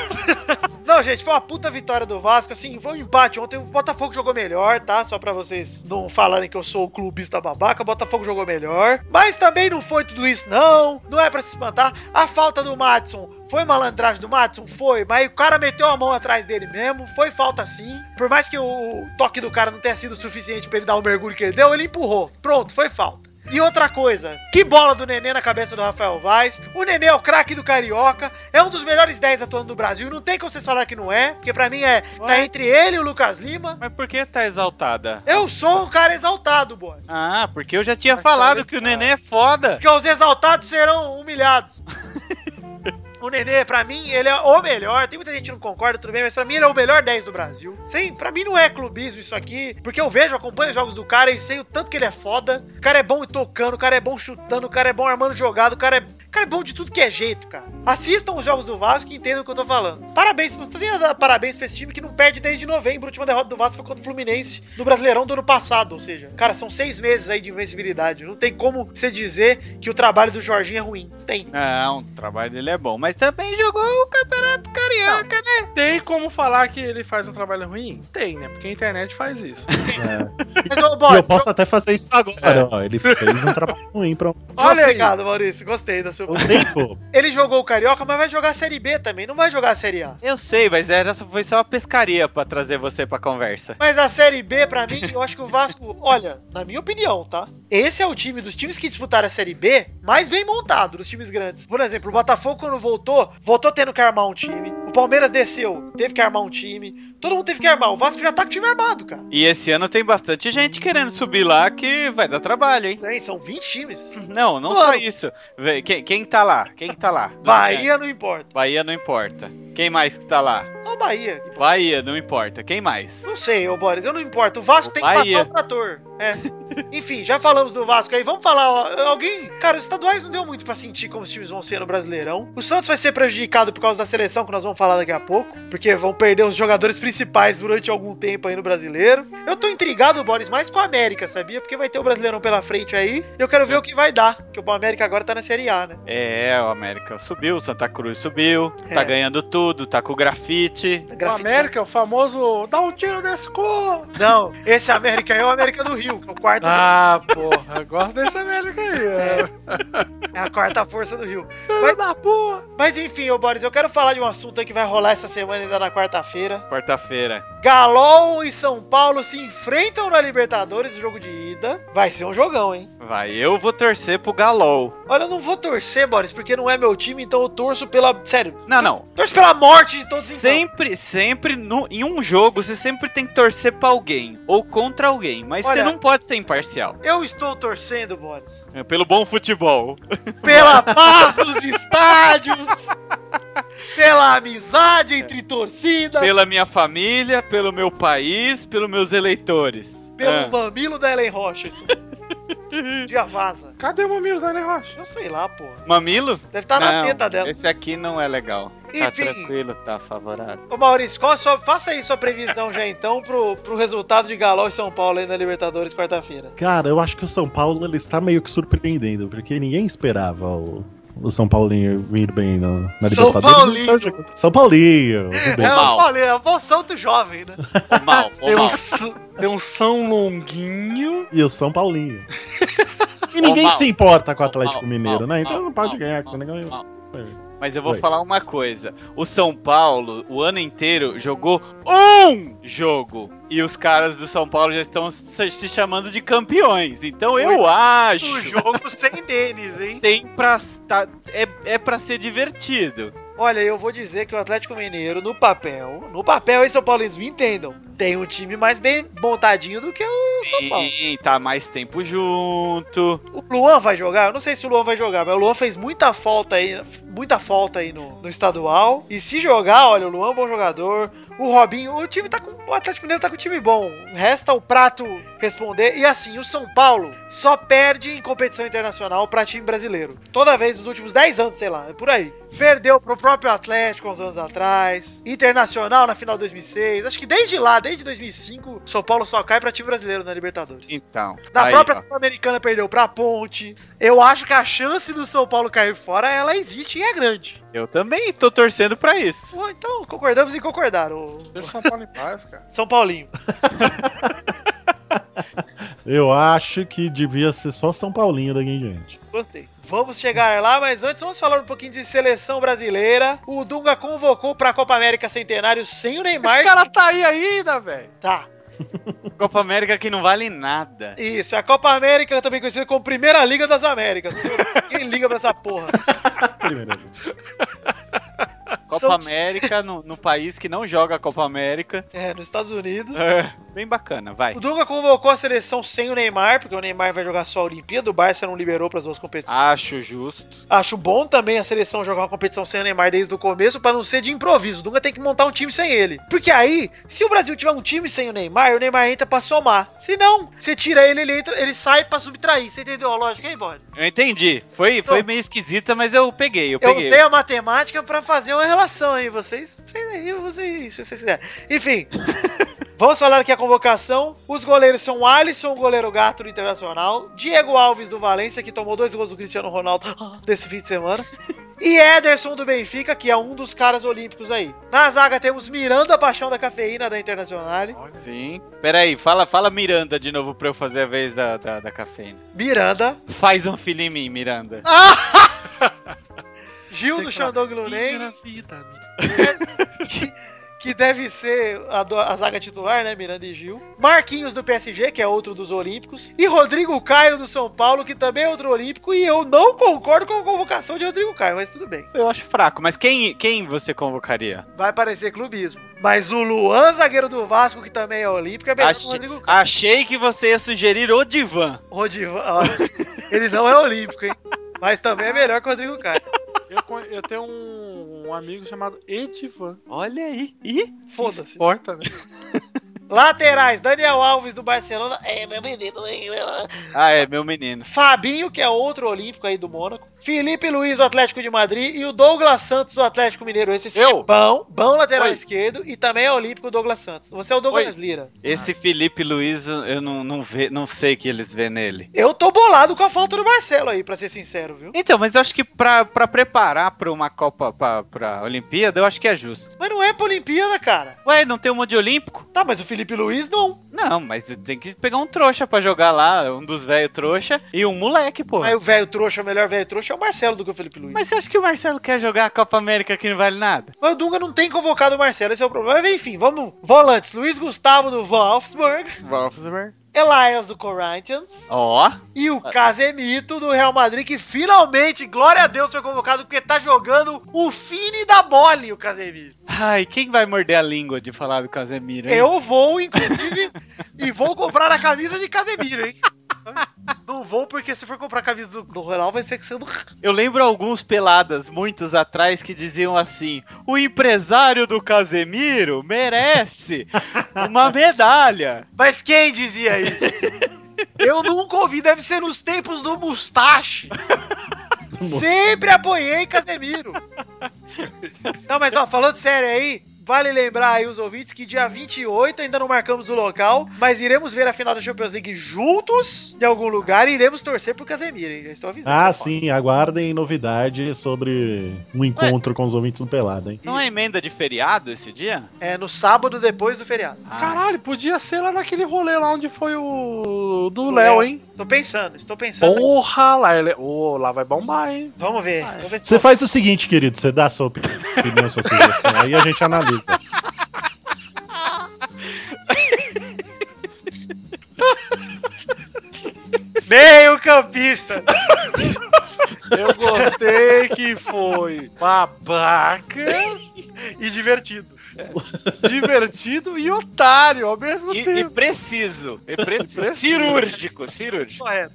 S3: Não, Então, gente, foi uma puta vitória do Vasco. Assim, foi um empate ontem. O Botafogo jogou melhor, tá? Só pra vocês não falarem que eu sou o clubista babaca. O Botafogo jogou melhor. Mas também não foi tudo isso, não. Não é pra se espantar. A falta do Matson foi malandragem do Matson? Foi, mas o cara meteu a mão atrás dele mesmo, foi falta sim. Por mais que o toque do cara não tenha sido suficiente pra ele dar o mergulho que ele deu, ele empurrou. Pronto, foi falta. E outra coisa, que bola do Nenê na cabeça do Rafael Vaz. O Nenê é o craque do Carioca, é um dos melhores 10 atuando no Brasil. Não tem como vocês falar que não é, porque pra mim é. Tá
S5: Ué?
S3: entre ele e o Lucas Lima.
S5: Mas por que tá exaltada?
S3: Eu sou um cara exaltado, boy.
S5: Ah, porque eu já tinha falado que o neném é foda.
S3: Porque os exaltados serão humilhados. O Nenê, pra mim, ele é o melhor. Tem muita gente que não concorda, tudo bem, mas pra mim ele é o melhor 10 do Brasil. Sem, pra mim não é clubismo isso aqui, porque eu vejo, acompanho os jogos do cara e sei o tanto que ele é foda. O cara é bom tocando, o cara é bom chutando, o cara é bom armando jogado, o cara é, o cara é bom de tudo que é jeito, cara. Assistam os jogos do Vasco e entendam o que eu tô falando. Parabéns, você tem que dar parabéns pra esse time que não perde desde novembro. A última derrota do Vasco foi contra o Fluminense do Brasileirão do ano passado, ou seja, cara, são seis meses aí de invencibilidade. Não tem como você dizer que o trabalho do Jorginho é ruim. Tem.
S5: Não, o trabalho dele é bom, mas também jogou o Campeonato Carioca, né?
S6: Tem como falar que ele faz um trabalho ruim? Tem, né? Porque a internet faz isso.
S3: Mas, ô,
S4: É. E
S3: Boris,
S4: eu posso até fazer isso agora, ó. Ele fez um trabalho ruim pra um
S3: Olha, obrigado, Maurício. Gostei da sua.
S4: tempo.
S3: Ele jogou o Carioca, mas vai jogar a Série B também. Não vai jogar a Série A.
S5: Eu sei, mas era só, foi só uma pescaria pra trazer você pra conversa.
S3: Mas a Série B, pra mim, eu acho que o Vasco. Olha, na minha opinião, tá? Esse é o time dos times que disputaram a Série B mais bem montado, dos times grandes. Por exemplo, o Botafogo, quando voltou, voltou tendo que armar um time. O Palmeiras desceu, teve que armar um time. Todo mundo teve que armar. O Vasco já tá com o time armado, cara.
S5: E esse ano tem bastante gente querendo subir lá que vai dar trabalho, hein?
S3: Hein, São 20 times.
S4: Hum.
S5: Não, não
S3: Mano.
S5: só isso. Vê, Quem, quem tá lá? Quem tá lá? é,
S3: Bahia não importa.
S5: Bahia não importa. Quem mais que tá lá?
S3: Só Bahia.
S5: Bahia não importa. Quem mais?
S3: Não sei, ô Boris, eu não importo. O Vasco
S5: O
S3: tem que
S5: Bahia.
S3: passar o trator. É. Enfim, já falamos do Vasco aí. Vamos falar, ó, alguém. Cara, os estaduais não deu muito pra sentir como os times vão ser no Brasileirão. O Santos vai ser prejudicado por causa da seleção, que nós vamos falar daqui a pouco. Porque vão perder os jogadores principais durante algum tempo aí no brasileiro. Eu tô intrigado, Boris, mais com a América, sabia? Porque vai ter o Brasileirão pela frente aí. E eu quero ver o que vai dar. Porque o América agora tá na Série A, né?
S5: É, o América subiu, o Santa Cruz subiu,
S3: É.
S5: tá ganhando tudo, tá com grafite.
S6: O
S3: Grafiquinho.
S6: América, o famoso dá um tiro nesse cu!
S3: Não, esse América aí é o América do Rio, que é o quarto
S6: Ah, porra, eu gosto desse América aí. É.
S3: É a quarta força do Rio. Mas, mas enfim, ô Boris, eu quero falar de um assunto aí que vai rolar essa semana ainda na quarta-feira.
S5: Quarta-feira.
S3: Galol e São Paulo se enfrentam na Libertadores, jogo de ida. Vai ser um jogão, hein?
S5: Vai, eu vou torcer pro Galol.
S3: Olha, eu não vou torcer, Boris, porque não é meu time, então eu torço pela. Sério,
S5: Não, não.
S3: torço pela morte de todos em campo.
S5: Sempre, sempre, no, em um jogo, você sempre tem que torcer pra alguém ou contra alguém, mas
S3: Olha-
S5: você não pode ser imparcial.
S3: Eu estou torcendo, Boris,
S5: É pelo bom futebol.
S3: pela paz nos estádios, pela amizade entre torcidas,
S5: Pela minha família, pelo meu país, pelos meus eleitores.
S3: pelo
S5: Ah.
S3: mamilo da Ellen Rocha. Dia vaza.
S6: Cadê o Mamiro da Ana Rocha?
S3: Eu sei lá, porra.
S5: Mamilo?
S3: Deve estar Tá na
S5: Não,
S3: teta dela.
S5: Esse aqui não é legal. Tá
S3: Enfim,
S5: tranquilo, tá favorável.
S3: ô Maurício, qual a sua, faça aí sua previsão já então pro, pro resultado de Galol e São Paulo aí na Libertadores quarta-feira.
S4: Cara, eu acho que o São Paulo ele está meio que surpreendendo, porque ninguém esperava o, o São Paulinho vir bem na, na
S3: São
S4: Libertadores.
S3: Paulinho.
S4: Eles estão jogando- São Paulinho! tudo
S3: É,
S4: bem.
S3: eu
S5: Mal.
S3: falei, é o bom santo jovem, né?
S5: Mal,
S6: Deu
S5: ou
S6: um,
S5: mal.
S6: s- deu um São Longuinho.
S4: E o São Paulinho. E ninguém
S5: Mal.
S4: se importa com o
S5: Mal,
S4: Atlético
S5: mal, mal,
S4: Mineiro, né? Então
S5: mal,
S4: não pode
S5: mal,
S4: ganhar, que
S5: mal,
S4: você não ganha.
S5: mal. Mas eu vou
S4: Oi.
S5: falar uma coisa. O São Paulo, o ano inteiro, jogou um jogo. E os caras do São Paulo já estão se se chamando de campeões. Então eu
S3: O
S5: acho
S3: jogo sem deles, hein?
S5: que tem pra, tá- é, é pra ser divertido.
S3: Olha, eu vou dizer que o Atlético Mineiro, no papel, no papel, aí São Paulinos me entendam, tem um time mais bem montadinho do que o São Paulo.
S5: Sim, tá mais tempo junto.
S3: O Luan vai jogar? Eu não sei se o Luan vai jogar, mas o Luan fez muita falta aí, muita falta aí no, no estadual. E se jogar, olha, o Luan é um bom jogador. O Robinho, o time tá com. O Atlético Mineiro tá com um time bom. Resta o prato responder. E assim, o São Paulo só perde em competição internacional pra time brasileiro. Toda vez nos últimos 10 anos, sei lá, é por aí. Perdeu pro próprio Atlético uns anos atrás. Internacional na final de 2006. Acho que desde lá, desde 2005, o São Paulo só cai pra time brasileiro na Libertadores.
S5: Então.
S3: Na
S5: aí,
S3: própria
S5: ó.
S3: Sul-Americana perdeu pra Ponte. Eu acho que a chance do São Paulo cair fora, ela existe assim é grande.
S5: Eu também tô torcendo pra isso.
S3: Bom, Então, concordamos em concordar. ô-
S6: Deixa o São Paulo em paz, cara.
S3: São Paulinho.
S4: Eu acho que devia ser só São Paulinho daqui em diante.
S3: Gostei. Vamos chegar lá, mas antes vamos falar um pouquinho de seleção brasileira. O Dunga convocou pra Copa América Centenário sem o Neymar.
S6: Esse cara tá aí ainda, velho.
S3: Tá.
S5: Copa América que não vale nada.
S3: Isso, é a Copa América, também conhecida como Primeira Liga das Américas. Quem liga pra essa porra?
S4: Primeiro né? jogo.
S5: Copa
S3: São-
S5: América no, no país que não joga a Copa América.
S3: É, nos Estados Unidos.
S5: É, bem bacana, vai.
S3: O Dunga convocou a seleção sem o Neymar, porque o Neymar vai jogar só a Olimpíada, o Barça não liberou para as duas competições.
S5: Acho justo.
S3: Acho bom também a seleção jogar uma competição sem o Neymar desde o começo, para não ser de improviso. O Dunga tem que montar um time sem ele. Porque aí, se o Brasil tiver um time sem o Neymar, o Neymar entra pra somar. Se não, você tira ele, ele entra, ele sai pra subtrair. Você entendeu a lógica aí, Boris?
S5: Eu entendi. Foi, foi meio esquisita, mas eu peguei, eu
S3: Eu
S5: peguei.
S3: usei a matemática pra fazer uma relação aí, vocês. Vocês aí, usem isso, se vocês quiserem. Enfim. Vamos falar aqui a convocação. Os goleiros são Alisson, goleiro gato do Internacional, Diego Alves do Valência, que tomou dois gols do Cristiano Ronaldo ah, desse fim de semana, e Ederson do Benfica, que é um dos caras olímpicos aí. Na zaga temos Miranda Paixão da Cafeína da Internacional.
S5: Sim. Peraí, fala, fala Miranda de novo pra eu fazer a vez da, da, da cafeína.
S3: Miranda.
S5: Faz um filho em mim, Miranda.
S3: Gil
S6: Tem
S3: do
S6: que falar,
S3: Xandong Lunei.
S6: Primeira vida, amigo.
S3: que, que deve ser a, do- a zaga titular, né? Miranda e Gil. Marquinhos do PSG, que é outro dos Olímpicos. E Rodrigo Caio do São Paulo, que também é outro Olímpico. E eu não concordo com a convocação de Rodrigo Caio, mas tudo bem.
S5: Eu acho fraco, mas quem, quem você convocaria?
S3: Vai parecer clubismo. Mas o Luan, zagueiro do Vasco, que também é Olímpico, é melhor que o
S5: Achei-
S3: Rodrigo Caio.
S5: Achei que você ia sugerir o Divan.
S3: Rodivan, ó, ele não é Olímpico, hein? Mas também é melhor que o Rodrigo Caio.
S6: Eu, con- eu tenho um, um amigo chamado Edivan.
S5: Olha aí. Ih,
S3: Foda-se.
S6: Porta, né?
S3: Laterais, Daniel Alves do Barcelona.
S11: É, meu menino, hein? meu-
S5: Ah, é, meu menino.
S3: Fabinho, que é outro olímpico aí do Mônaco. Felipe Luiz, do Atlético de Madrid. E o Douglas Santos, do Atlético Mineiro. Esse sim é
S6: Eu?
S3: bom, bom lateral
S6: Oi.
S3: esquerdo. E também é olímpico o Douglas Santos. Você é o Douglas Lira.
S5: Esse Felipe Luiz, eu não, não, vê, não sei o que eles vê nele.
S3: Eu tô bolado com a falta do Marcelo aí, pra ser sincero, viu?
S5: Então, mas eu acho que pra, pra preparar pra uma Copa, pra, pra Olimpíada, eu acho que é justo.
S3: Mas não é pra Olimpíada, cara.
S5: Ué, não tem um monte de Olímpico?
S3: Tá, mas o Felipe Luiz não.
S5: Não, mas tem que pegar um trouxa pra jogar lá, um dos velhos trouxa e um moleque, pô.
S3: Aí o velho trouxa, o melhor velho trouxa é o Marcelo do que o Felipe Luiz. Mas,
S5: Mas você acha que o Marcelo quer jogar a Copa América que não vale nada?
S3: o Dunga não tem convocado o Marcelo, esse é o problema. Mas, enfim, vamos. Volantes, Luiz Gustavo do Wolfsburg.
S6: Wolfsburg.
S3: Elias do Corinthians.
S5: Ó,
S3: E o Casemito do Real Madrid, que finalmente, glória a Deus, foi convocado, porque tá jogando o fine da mole, o Casemiro.
S5: ai, quem vai morder a língua de falar do Casemiro? hein?
S3: Eu vou, inclusive, e vou comprar a camisa de Casemiro, hein? Não vou, porque se for comprar a camisa do, do Ronaldo, vai ser que sendo.
S5: Eu lembro alguns peladas, muitos atrás, que diziam assim: o empresário do Casemiro merece uma medalha.
S3: Mas quem dizia isso? Eu nunca ouvi, deve ser nos tempos do Mustache. Sempre apoiei Casemiro. Não, mas ó, falando sério aí, vale lembrar aí os ouvintes que dia 28 ainda não marcamos o local, mas iremos ver a final da Champions League juntos em algum lugar e iremos torcer pro Casemiro, hein? Já estou avisando.
S4: Ah, sim, aguardem novidade sobre um encontro com os ouvintes do Pelada, hein?
S5: Não é emenda de feriado esse dia?
S3: É no sábado depois do feriado.
S5: Ah.
S6: Caralho, podia ser lá naquele rolê lá onde foi o do
S3: Do
S6: Léo,
S3: Léo.
S6: hein?
S3: Tô pensando, estou pensando.
S6: Porra, lá, ele... Ô, lá vai bombar, hein?
S3: Vamos ver. Vamos ver se
S4: Você faz o seguinte, querido, você dá a sua opi- opinião, sua sugestão, aí a gente analisa.
S3: meio campista.
S6: Eu gostei que foi babaca,
S3: e divertido.
S6: divertido e otário ao mesmo
S5: E, e
S6: tempo.
S5: preciso, e preciso. cirúrgico, cirúrgico.
S3: Correto.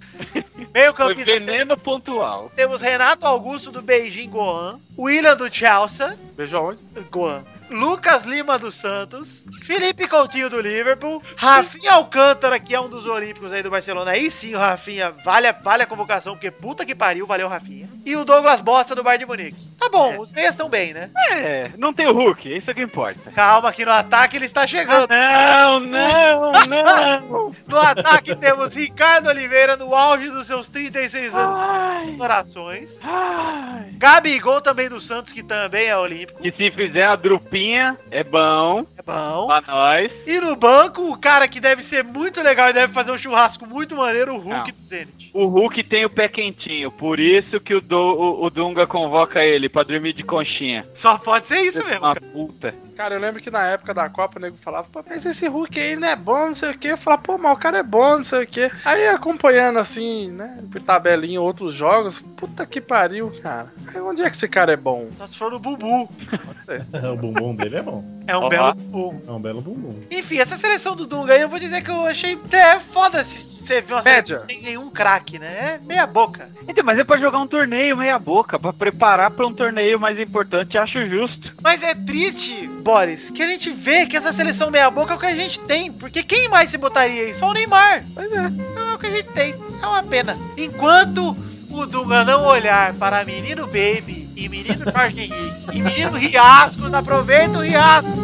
S3: Meio
S5: Foi
S3: campista.
S5: veneno pontual.
S3: Temos Renato Augusto do Beijing Goan, William do Chelsea,
S6: Veja onde?
S3: Goan, Lucas Lima do Santos, Felipe Coutinho do Liverpool, Rafinha Alcântara, que é um dos olímpicos aí do Barcelona. Aí sim, o Rafinha, vale a, vale a convocação, porque puta que pariu, valeu Rafinha. E o Douglas Bosta do Bayern de Munique. Tá bom, os meias estão bem, né?
S5: É, não tem o Hulk, isso é que importa.
S3: Calma que no ataque ele está chegando.
S5: Não, não, não.
S3: No ataque temos Ricardo Oliveira no auge dos seus 36 anos.
S5: Ai,
S3: Essas orações.
S5: ai.
S3: Gabigol também
S12: vem do Santos, que também é olímpico.
S5: Que se fizer a drupinha, é bom
S12: É bom.
S5: pra nós.
S12: E no banco, o cara que deve ser muito legal e deve fazer um churrasco muito maneiro, o Hulk do Zenit.
S5: O Hulk tem o pé quentinho, por isso que o, Do- o- o Dunga convoca ele pra dormir de conchinha.
S12: Só pode ser isso mesmo.
S5: Uma
S12: cara.
S5: puta.
S6: Cara, eu lembro que na época da Copa o nego falava, pô, mas esse Hulk aí não é bom, não sei o quê. Eu falava, pô, mas o cara é bom, não sei o quê. Aí acompanhando assim, né, por tabelinha outros jogos, puta que pariu, cara. Aí, onde é que esse cara é bom?
S12: Só se for no Bubu.
S6: Pode ser.
S4: o bumbum dele é bom.
S12: É um
S5: Ó.
S12: belo Bubu.
S4: É um belo bumbum.
S12: Enfim, essa seleção do Dunga aí, eu vou dizer que eu achei até foda se você viu uma seleção
S6: Média.
S12: sem nenhum craque, né? É meia boca.
S5: Então, mas é pra jogar um torneio meia boca, pra preparar pra um torneio mais importante, acho justo.
S12: Mas é triste, Boris, que a gente vê que essa seleção meia boca é o que a gente tem. Porque quem mais se botaria aí? Só o Neymar. Pois é. Então é o que a gente tem. É uma pena. Enquanto o Dunga não olhar para menino Baby e menino Jorge Henrique e menino Riascos, aproveita o Riascos.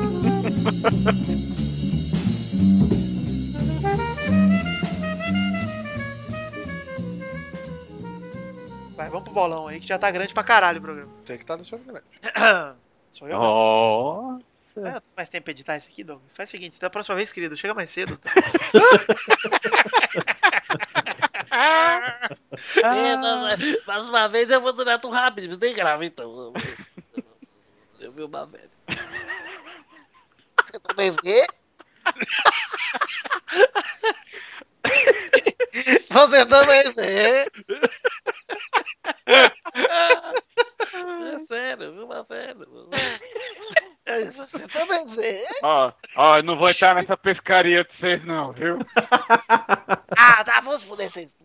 S12: Vai, vamos pro bolão aí que já tá grande pra caralho o programa.
S6: Tem que tá deixando grande.
S12: Sou eu.
S5: Ó.
S12: Ah, Eu tenho mais tempo pra editar isso aqui, Doug. Faz o seguinte, da próxima vez, querido, chega mais cedo. tá?
S9: É,
S12: Ah.
S9: mas, mas- mas uma vez eu vou durar tão rápido, mas nem grava então. Eu vi uma velha. Você também vê? Você também vê? É sério, eu vi uma velha. É, Você também vê?
S5: Ó, ó, eu não vou entrar nessa pescaria de vocês não, viu?
S9: Ah, tá, vamos foder vocês.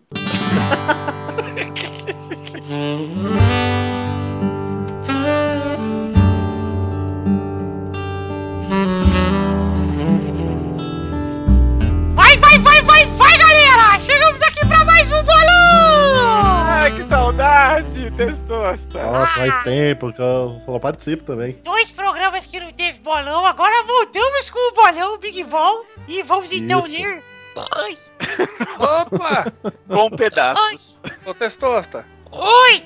S3: Vai, vai, vai, vai, vai, galera! Chegamos aqui pra mais um bolão!
S5: Ai, que saudade, testosta.
S4: Nossa, faz tempo que eu, eu participo também.
S3: Dois programas que não teve bolão, agora voltamos com o bolão Big Ball e vamos então
S4: Isso.
S3: ler. Ai,
S6: Opa!
S5: Com um pedaço.
S3: ai,
S6: Ô, Testosta,
S3: oi!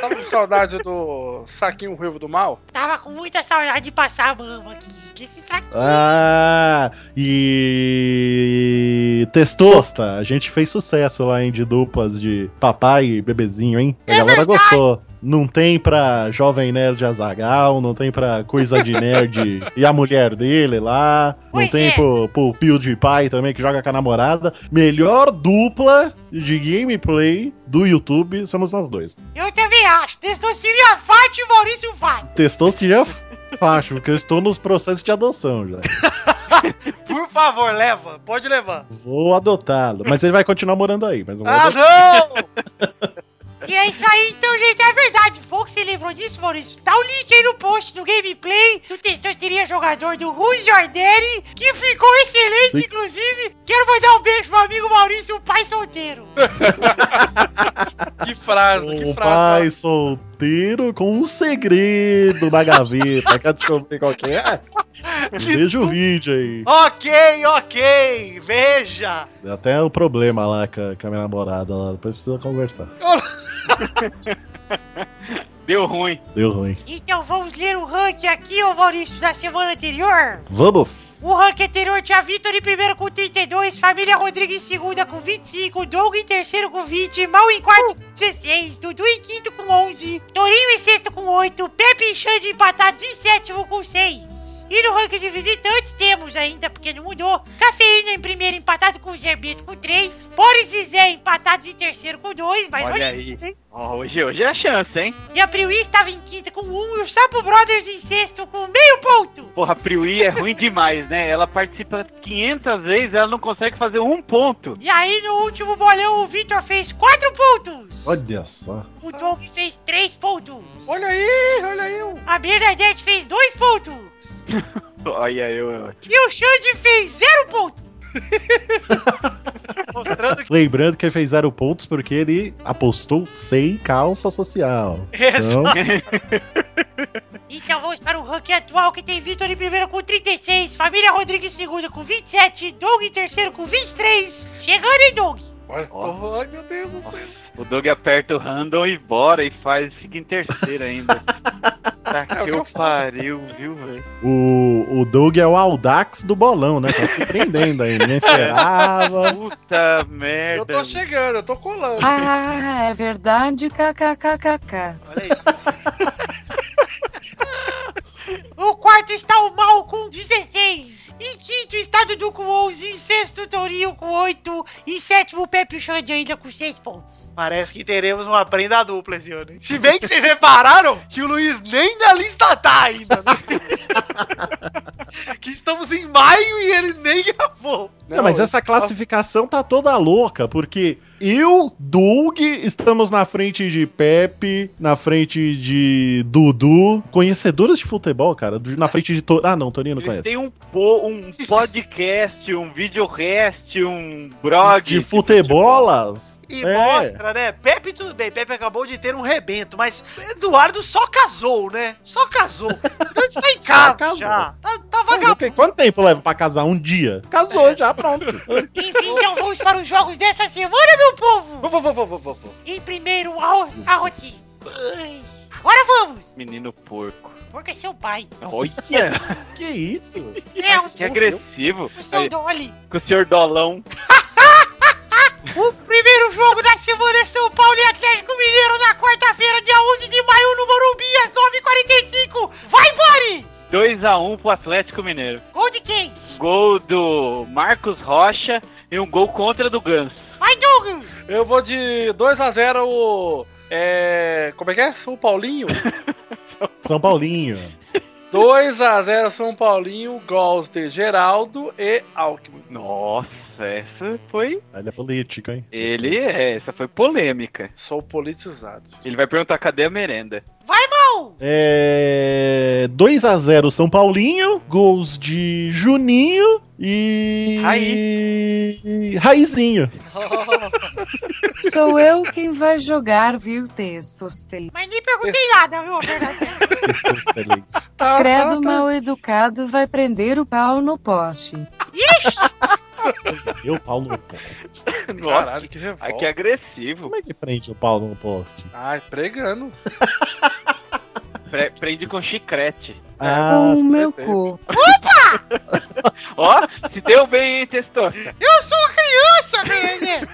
S6: tava com saudade do saquinho ruivo do mal?
S3: Tava com muita saudade de passar a mama aqui. Que se tra-
S4: Ah, e. Testosta, a gente fez sucesso lá, hein, de duplas de papai e bebezinho, hein? A
S3: É
S4: galera
S3: verdade.
S4: gostou. Não tem pra jovem nerd Azagal, não tem pra coisa de nerd e a mulher dele lá, não
S3: Pois
S4: tem
S3: é.
S4: pro, pro PewDiePie também que joga com a namorada. Melhor dupla de gameplay do YouTube somos nós dois.
S3: Eu também acho. Testosteria Fati e Maurício Fati.
S4: Testou se já é fácil, porque eu estou nos processos de adoção já.
S12: Por favor, leva. Pode levar.
S4: Vou adotá-lo. Mas ele vai continuar morando aí, mas eu vou
S12: Ah, não!
S4: adotar.
S3: E é isso aí, então, gente. É verdade. Pouco se lembrou disso, Maurício. Tá o link aí no post do gameplay do Testosteria Jogador do Rui Jordani, que ficou excelente,
S4: Sim.
S3: inclusive. Quero mandar um beijo pro amigo Maurício, o pai solteiro.
S6: Que frase,
S4: O
S6: que frase.
S4: pai solteiro com um segredo na gaveta. Quer descobrir qual que é? Veja o vídeo aí.
S12: ok, ok. Veja.
S4: Deu Até o problema lá com a, com a minha namorada lá. Depois precisa conversar.
S5: Deu ruim.
S4: Deu ruim.
S3: Então vamos ler o ranking aqui, ô Maurício, da semana anterior.
S4: Vamos!
S3: O ranking anterior tinha Vitor em primeiro com 32, Família Rodrigues em segunda com 25, Doug em terceiro com 20, Mal em quarto com 16, Dudu em quinto com 11, Torinho em sexto com 8, Pepe e Xande empatados em sétimo com 6. E no ranking de visitantes temos ainda, porque não mudou, Cafeína em primeiro empatado com o Gerbeto com 3, Boris e Zé empatados em terceiro com 2, mas
S5: Olha
S3: olha
S5: aí. Ó, hoje, hoje é a chance, hein?
S3: E a Priui estava em quinta com um e o Sapo Brothers em sexto com meio ponto.
S5: Porra, a Priui é ruim demais, né? Ela participa 500 vezes, ela não consegue fazer um ponto.
S3: E aí no último bolão o Victor fez quatro pontos.
S4: Olha só.
S3: O Doug fez três pontos.
S6: Olha aí, olha aí. um. o-
S3: A Bernadette fez dois pontos.
S5: Olha eu, eu.
S3: E o Xande fez zero ponto.
S12: Mostrando que...
S4: Lembrando que ele fez zero pontos porque ele apostou sem calça social. Então,
S3: Então vamos para o ranking atual que tem Victor em primeiro com 36, Família Rodrigues em segundo com 27, Doug em terceiro com 23. Chegando em Doug.
S6: Olha,
S5: Ó.
S6: ai meu Deus do céu.
S5: O Doug aperta o random e bora e faz, fica em terceiro ainda. Tá
S6: É o que
S5: que
S6: eu
S5: eu
S6: faço.
S5: pariu, viu, velho?
S4: O, o Doug é o Aldax do bolão, né? Tá surpreendendo aí, ninguém esperava.
S5: Puta merda.
S6: Eu tô chegando, eu tô colando.
S13: Ah, é verdade, kkkk.
S3: O quarto está o Mal com 16. Em quinto está Dudu com 11. Em sexto, Torinho com 8. Em sétimo, Pepe Xande ainda com 6 pontos.
S9: Parece que teremos uma prenda dupla esse ano. hein? Se bem que vocês repararam que o Luiz nem na lista tá ainda. né? que estamos em maio e ele nem gravou.
S4: Não, mas é- essa classificação tá toda louca, porque eu, Doug, estamos na frente de Pepe, na frente de Dudu, conhecedores de futebol, cara, do- na frente de... To... Ah, não, Torinho não
S5: Ele
S4: conhece.
S5: tem um, po- um podcast, um videocast, um blog.
S4: De futebolas?
S9: E
S4: É.
S9: mostra, né? Pepe, tudo bem. Pepe acabou de ter um rebento, mas Eduardo só casou, né? Só casou. Então está em casa
S4: casou. é.
S9: já. Tá, tá
S4: Pô, ok, Quanto tempo leva pra casar? Um dia? Casou já, pronto.
S3: Enfim, então vamos para os jogos dessa semana, meu povo. Em primeiro, a Roti. Agora vamos.
S5: Menino porco.
S3: Porque é seu pai.
S6: é um
S5: Olha!
S4: que isso?
S3: É, o
S5: que agressivo.
S6: é
S3: O seu
S5: Aí,
S3: Dolly.
S5: Com o senhor Dolão.
S3: O primeiro jogo da semana é São Paulo e Atlético Mineiro na quarta-feira, dia 11 de maio, no Morumbi, às 9h45. Vai, Boris!
S5: 2x1 pro Atlético Mineiro.
S3: Gol de quem?
S5: Gol do Marcos Rocha e um gol contra do Ganso.
S3: Vai, Douglas!
S6: Eu vou de 2x0 o. É. Como é que é? São Paulinho?
S4: São Paulinho.
S6: 2x0 São Paulinho, gols de Geraldo e Alckmin.
S5: Nossa, essa foi.
S4: Ele é político, hein?
S5: Ele é, essa foi polêmica.
S6: Sou politizado.
S5: Ele vai perguntar cadê a merenda.
S3: Vai, mal!
S4: É... 2x0 São Paulinho, gols de Juninho e... Raiz. Raizinho.
S13: Sou eu quem vai jogar, viu, textos tem.
S3: Mas nem perguntei nada, viu, Fernando?
S6: Tá,
S13: Credo mal educado vai prender o pau no poste.
S4: Eu, pau no poste.
S6: Caralho, que revolta.
S5: Ai, que agressivo.
S4: Como é que prende o pau no poste?
S6: Ai, pregando.
S5: Pre- prende com chiclete.
S4: Ah,
S13: Com o meu cu.
S5: Ó, se deu bem, hein, testosta.
S3: Eu sou criança, Fernando!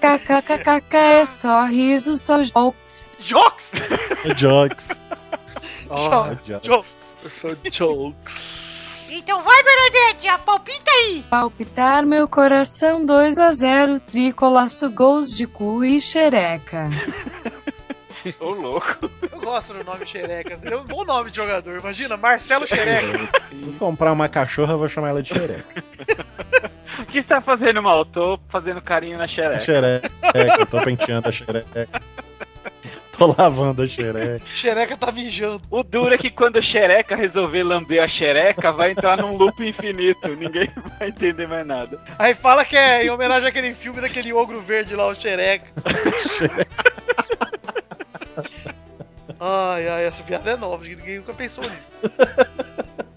S13: KKKKK é só riso, só jokes.
S9: Jokes?
S4: Ah, Jokes.
S6: Oh,
S4: Jokes.
S6: jokes. Eu sou jokes.
S3: Então vai, Bernadette, a palpita aí!
S13: Palpitar meu coração 2 a 0 tricolaço gols de cu e xereca.
S5: Ô, louco.
S9: Eu gosto do nome Xereca. Seria um bom nome de jogador. Imagina, Marcelo Xereca.
S4: Vou comprar uma cachorra, vou chamar ela de xereca.
S5: O que você tá fazendo mal? Tô fazendo carinho na
S4: A
S5: xereca.
S4: É xereca, eu tô penteando a xereca. Tô lavando a xereca.
S9: Xereca tá mijando.
S5: O duro é que quando o xereca resolver lamber a xereca, vai entrar num loop infinito. Ninguém vai entender mais nada.
S9: Aí fala que é em homenagem àquele filme daquele ogro verde lá, o Xereca. ai, ai, essa piada é nova. Ninguém nunca pensou nisso.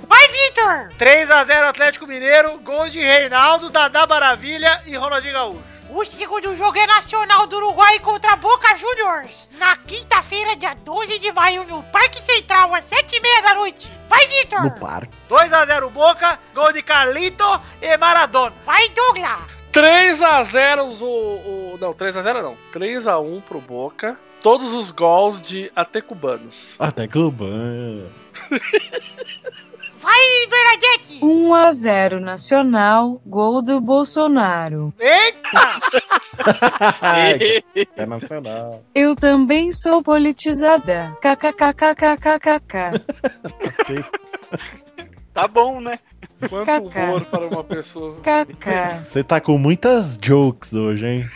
S3: Vai, Vitor!
S9: 3x0 Atlético Mineiro, gols de Reinaldo, Dadá Maravilha e Ronaldinho Gaúcho.
S3: O segundo jogo é Nacional do Uruguai contra Boca Juniors. Na quinta-feira, dia 12 de maio, no Parque Central, às 7h30 da noite. Vai,
S4: No
S3: Vitor!
S4: parque.
S9: 2x0 Boca, gol de Carlito e Maradona.
S3: Vai, Douglas!
S6: 3x0 o, o. Não, 3x0 não. 3x1 pro Boca. Todos os gols de Atecubanos.
S4: Até Cuban.
S3: Vai, Bernadette!
S13: 1 a 0 Nacional, gol do Bolsonaro.
S9: Eita!
S4: É nacional.
S13: Eu também sou politizada. KKKKKKKK.
S4: Ok.
S5: Tá bom, né?
S6: Quanto
S13: Cacá.
S6: humor para uma pessoa.
S13: KK.
S4: Você tá com muitas jokes hoje, hein?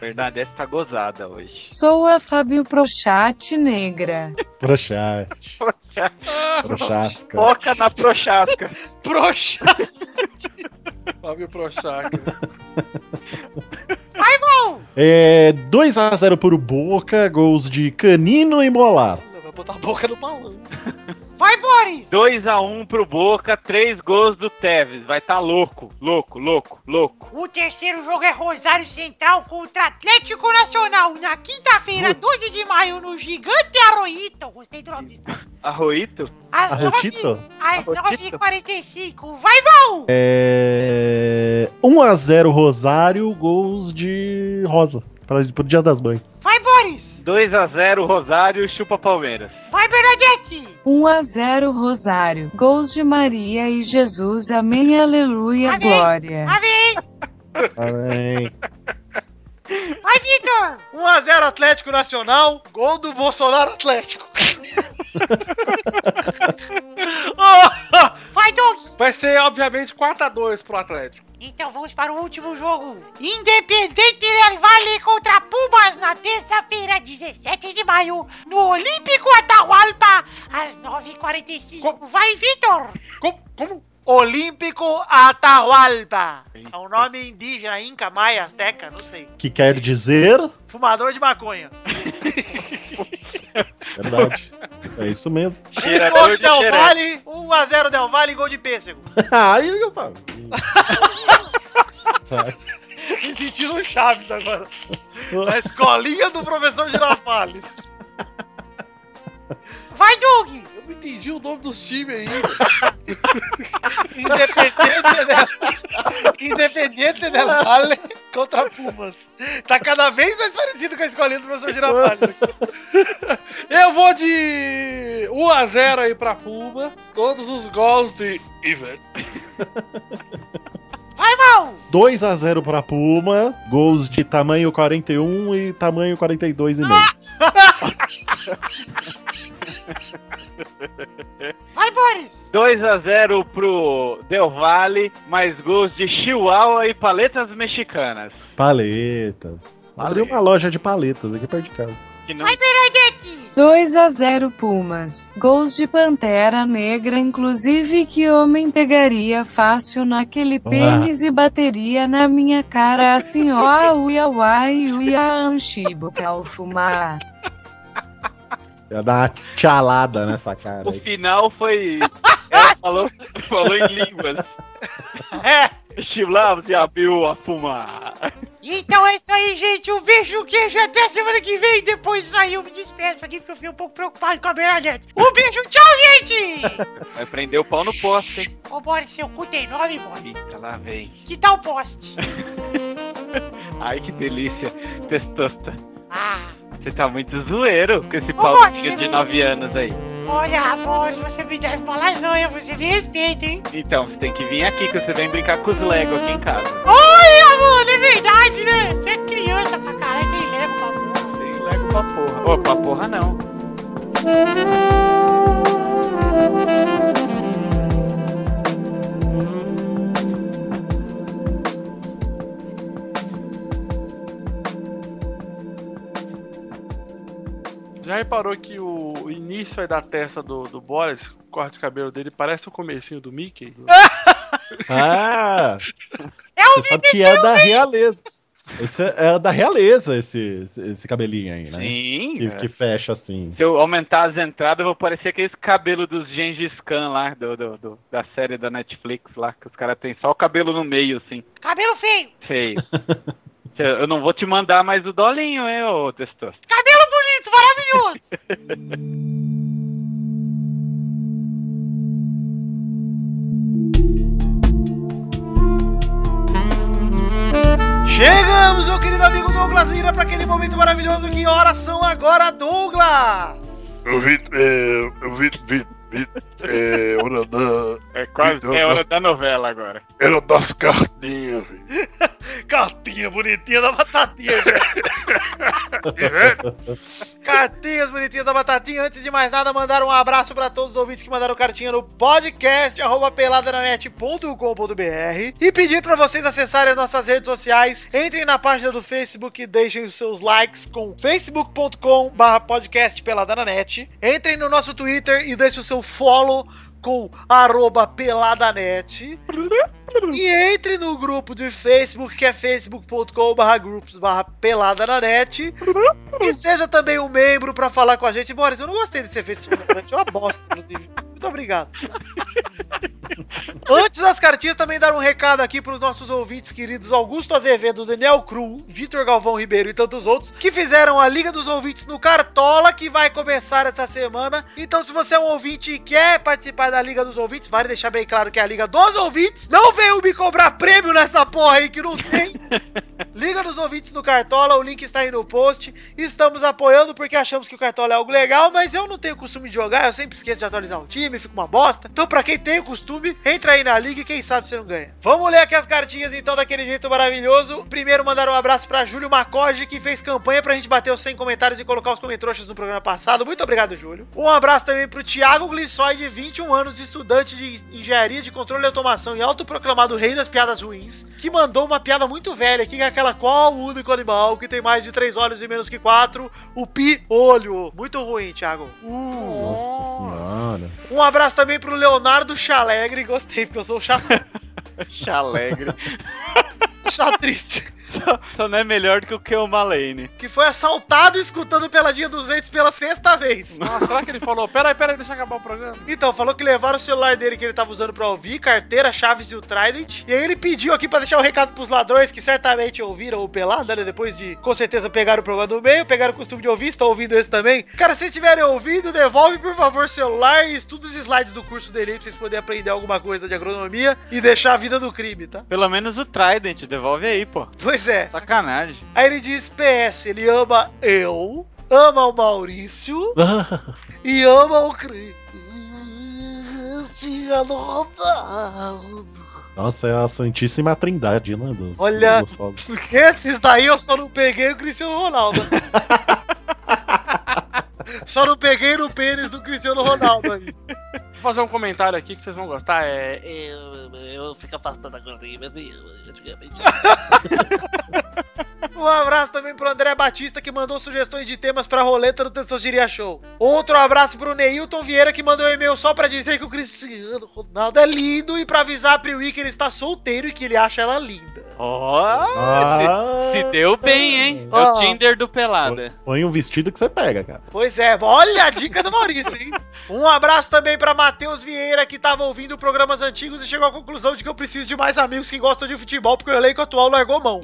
S5: Verdade, essa tá gozada hoje.
S13: Sou a Fábio Prochat negra.
S4: Prochate. Prochasca.
S5: Foca na prochasca.
S9: Proxa!
S6: Fábio Prochac.
S3: Vai, Mal!
S4: É 2x0 pro Boca, gols de Canino e Molar.
S9: Vai botar a boca no balão.
S14: Vai, Boris!
S5: 2x1 pro Boca, 3 gols do Tevez. Vai tá louco, louco, louco, louco.
S14: O terceiro jogo é Rosário Central contra Atlético Nacional na quinta-feira, 12 de maio, no Gigante Arroito. Gostei do nome disso.
S5: Arroito?
S4: Ah,
S14: Às
S4: Arrotito?
S14: 9 Às 9h45. Vai, Bão!
S4: É... 1x0 Rosário, gols de Rosa. Pra, pro Dia das Mães.
S14: Vai, Boris!
S5: 2x0 Rosário, chupa Palmeiras.
S14: Vai, Bernadette!
S13: 1 a 0 Rosário. Gols de Maria e Jesus. Amém, aleluia, glória.
S14: Amém!
S4: Amém.
S14: Vai, Vitor!
S3: 1x0 Atlético Nacional, gol do Bolsonaro Atlético.
S14: Vai, Doug!
S6: Oh, Vai ser, obviamente, 4x2 pro Atlético.
S14: Então vamos para o último jogo. Independente del Valle contra Pumas na terça-feira, 17 de maio, no Olímpico Atahualpa, às 9h45. Vai, Vitor!
S6: Como? Como?
S3: Olímpico Atahualpa. É um nome indígena, inca, maia, azteca, não sei.
S4: Que quer dizer...
S3: Fumador de maconha.
S4: Verdade. É isso mesmo.
S3: Gol de Del Valle, 1x0 Del Valle, gol de pêssego.
S4: Aí eu falo.
S3: Me sentindo um Chaves agora. A escolinha do professor Girafales.
S14: Vai, Doug!
S6: Eu não entendi o nome dos times aí.
S3: Independente, né? Independente Del Valle contra Pumas. Tá cada vez mais parecido com a escolinha do professor Girafales.
S6: Eu vou de 1x0 aí pra Puma. Todos os gols de Iver.
S14: Vai, Mal!
S4: 2x0 pra Puma, gols de tamanho 41 e tamanho 42,5.
S14: Vai, Boris!
S5: 2x0 pro Del Valle, mais gols de Chihuahua e paletas mexicanas.
S4: Paletas. Abriu uma loja de paletas aqui perto de casa.
S5: Que não
S14: Vai, Bernadette!
S13: 2 a 0 Pumas. Gols de Pantera Negra, inclusive que homem pegaria fácil naquele pênis e bateria na minha cara assim, ó, uia uai, uia anchibo, é calfumar.
S4: Ia dar uma tchalada nessa cara.
S5: O final foi. Ela falou, falou em línguas. É! Chilava se abriu a fumar.
S14: Então é isso aí, gente. Um beijo, um queijo. Até semana que vem. Depois disso aí, eu me despeço aqui porque eu fiquei um pouco preocupado com a Bernadette. Um beijo, tchau, gente!
S5: Vai prender o pau no poste, hein?
S14: Ô, Boris, seu cu tem nome, Boris?
S5: Eita, lá vem.
S14: Que tal o poste?
S5: Ai, que delícia. Testosta.
S14: Ah,
S5: Você tá muito zoeiro com esse
S14: Ô,
S5: pau
S14: Boris,
S5: de
S14: você-
S5: 9 anos aí.
S14: olha, Boris, você me deve falar zoia. Você me respeita, hein?
S5: Então, você tem que vir aqui que você vem brincar com os Lego aqui em casa.
S14: Olha, mano, é verdade, né? Você é criança pra caralho, nem leva pra porra.
S5: Tem Lego pra porra. Ô, pra porra não.
S6: Já reparou que o início aí da testa do, do Boris, o corte de cabelo dele, parece o comecinho do Mickey?
S4: Ah!
S14: É o
S4: Você sabe que é da realeza. Esse é, é da realeza esse, esse, esse cabelinho aí, né?
S5: Sim. é.
S4: Que,
S5: cara.
S4: que fecha assim.
S5: Se eu aumentar as entradas, eu vou parecer aqueles cabelos dos Gengis Khan lá, do, do- do- da série da Netflix lá, que os caras têm só o cabelo no meio, assim,
S14: Cabelo feio,
S5: feio. Se eu eu não vou te mandar mais o dolinho, hein, ô testoso.
S14: cabelo bonito, maravilhoso.
S3: Chegamos, meu querido amigo Douglas Vira, pra aquele momento maravilhoso. Que horas são agora, Douglas?
S15: Eu vi. É, eu vi. vi, vi é, hora da.
S5: É
S15: quase- é hora
S5: da novela agora.
S15: Era das cartinhas, velho.
S3: Cartinha bonitinha da batatinha, velho. Cartinhas bonitinhas da batatinha. Antes de mais nada, mandar um abraço pra todos os ouvintes que mandaram cartinha no podcast arroba peladananet.com.br e pedir pra vocês acessarem as nossas redes sociais. Entrem na página do Facebook e deixem os seus likes com facebook.com podcast peladananet. Entrem no nosso Twitter e deixem o seu follow com arroba peladanet. E entre no grupo de Facebook, que é facebook.com.br grupos pelada na net. E seja também um membro pra falar com a gente. Boris, eu não gostei desse efeito sonoro, é uma né? bosta, inclusive. Muito obrigado. Antes das cartinhas, também dar um recado aqui para os nossos ouvintes queridos Augusto Azevedo, Daniel Cru, Vitor Galvão Ribeiro e tantos outros que fizeram a Liga dos Ouvintes no Cartola, que vai começar essa semana. Então, se você é um ouvinte e quer participar da Liga dos Ouvintes, vale deixar bem claro que é a Liga dos Ouvintes. Não veio me cobrar prêmio nessa porra aí que não tem. Liga dos Ouvintes no Cartola, o link está aí no post. Estamos apoiando porque achamos que o Cartola é algo legal, mas eu não tenho costume de jogar, eu sempre esqueço de atualizar o time, fica uma bosta. Então, pra quem tem o costume, entra aí na liga e quem sabe você não ganha. Vamos ler aqui as cartinhas então daquele jeito maravilhoso. Primeiro, mandar um abraço pra Júlio Macoge, que fez campanha pra gente bater os 100 comentários e colocar os comentroxas no programa passado. Muito obrigado, Júlio. Um abraço também pro Thiago Glissói, de 21 anos, estudante de engenharia de controle e automação e autoproclamado rei das piadas ruins, que mandou uma piada muito velha aqui, que é aquela qual o único animal que tem mais de três olhos e menos que quatro? O piolho. Muito ruim, Thiago.
S4: Uh. Nossa senhora.
S3: Um abraço também pro Leonardo Chalegre. Gostei, porque eu sou o chá.
S10: Chalegre.
S3: chá triste.
S10: Só, só não é melhor do que o que o Malene.
S3: Que foi assaltado escutando Peladinha 200 pela sexta vez.
S6: Nossa, será que ele falou? Peraí, peraí, deixa eu acabar o programa.
S3: Então, falou que levaram o celular dele que ele tava usando pra ouvir, carteira, chaves e o Trident. E aí ele pediu aqui pra deixar um recado pros ladrões que certamente ouviram o Pelada, né? Depois de, com certeza, pegaram o programa do meio, pegaram o costume de ouvir, estão ouvindo esse também. Cara, se tiverem ouvindo, devolve, por favor, o celular e estuda os slides do curso dele aí pra vocês poderem aprender alguma coisa de agronomia e deixar a vida do crime, tá?
S10: Pelo menos o Trident, devolve aí, pô.
S3: Pois é.
S10: Sacanagem.
S3: Aí ele diz: PS, ele ama eu, ama o Maurício e ama o Cristiano Ronaldo.
S4: Nossa, é a Santíssima Trindade, né? Dos,
S3: Olha,
S4: dos gostosos.
S3: esses daí eu só não peguei o Cristiano Ronaldo. só não peguei no pênis do Cristiano Ronaldo aí.
S6: Vou fazer um comentário aqui que vocês vão gostar. É.
S9: Eu, eu fico afastado agora do game, mas eu antigamente.
S3: Um abraço também pro André Batista, que mandou sugestões de temas pra roleta do Tessogiria Show. Outro abraço pro Neilton Vieira, que mandou um e-mail só pra dizer que o Cristiano Ronaldo é lindo e pra avisar a Priwi que ele está solteiro e que ele acha ela linda.
S10: Ó,
S6: Ah,
S10: se, se deu bem, hein? É o
S3: Ah.
S10: Tinder do Pelada.
S4: Ah! Põe um vestido que você pega, cara.
S3: Pois é, olha a dica do Maurício, hein? Um abraço também pra Matheus Vieira, que tava ouvindo programas antigos e chegou à conclusão de que eu preciso de mais amigos que gostam de futebol, porque o elenco atual largou mão.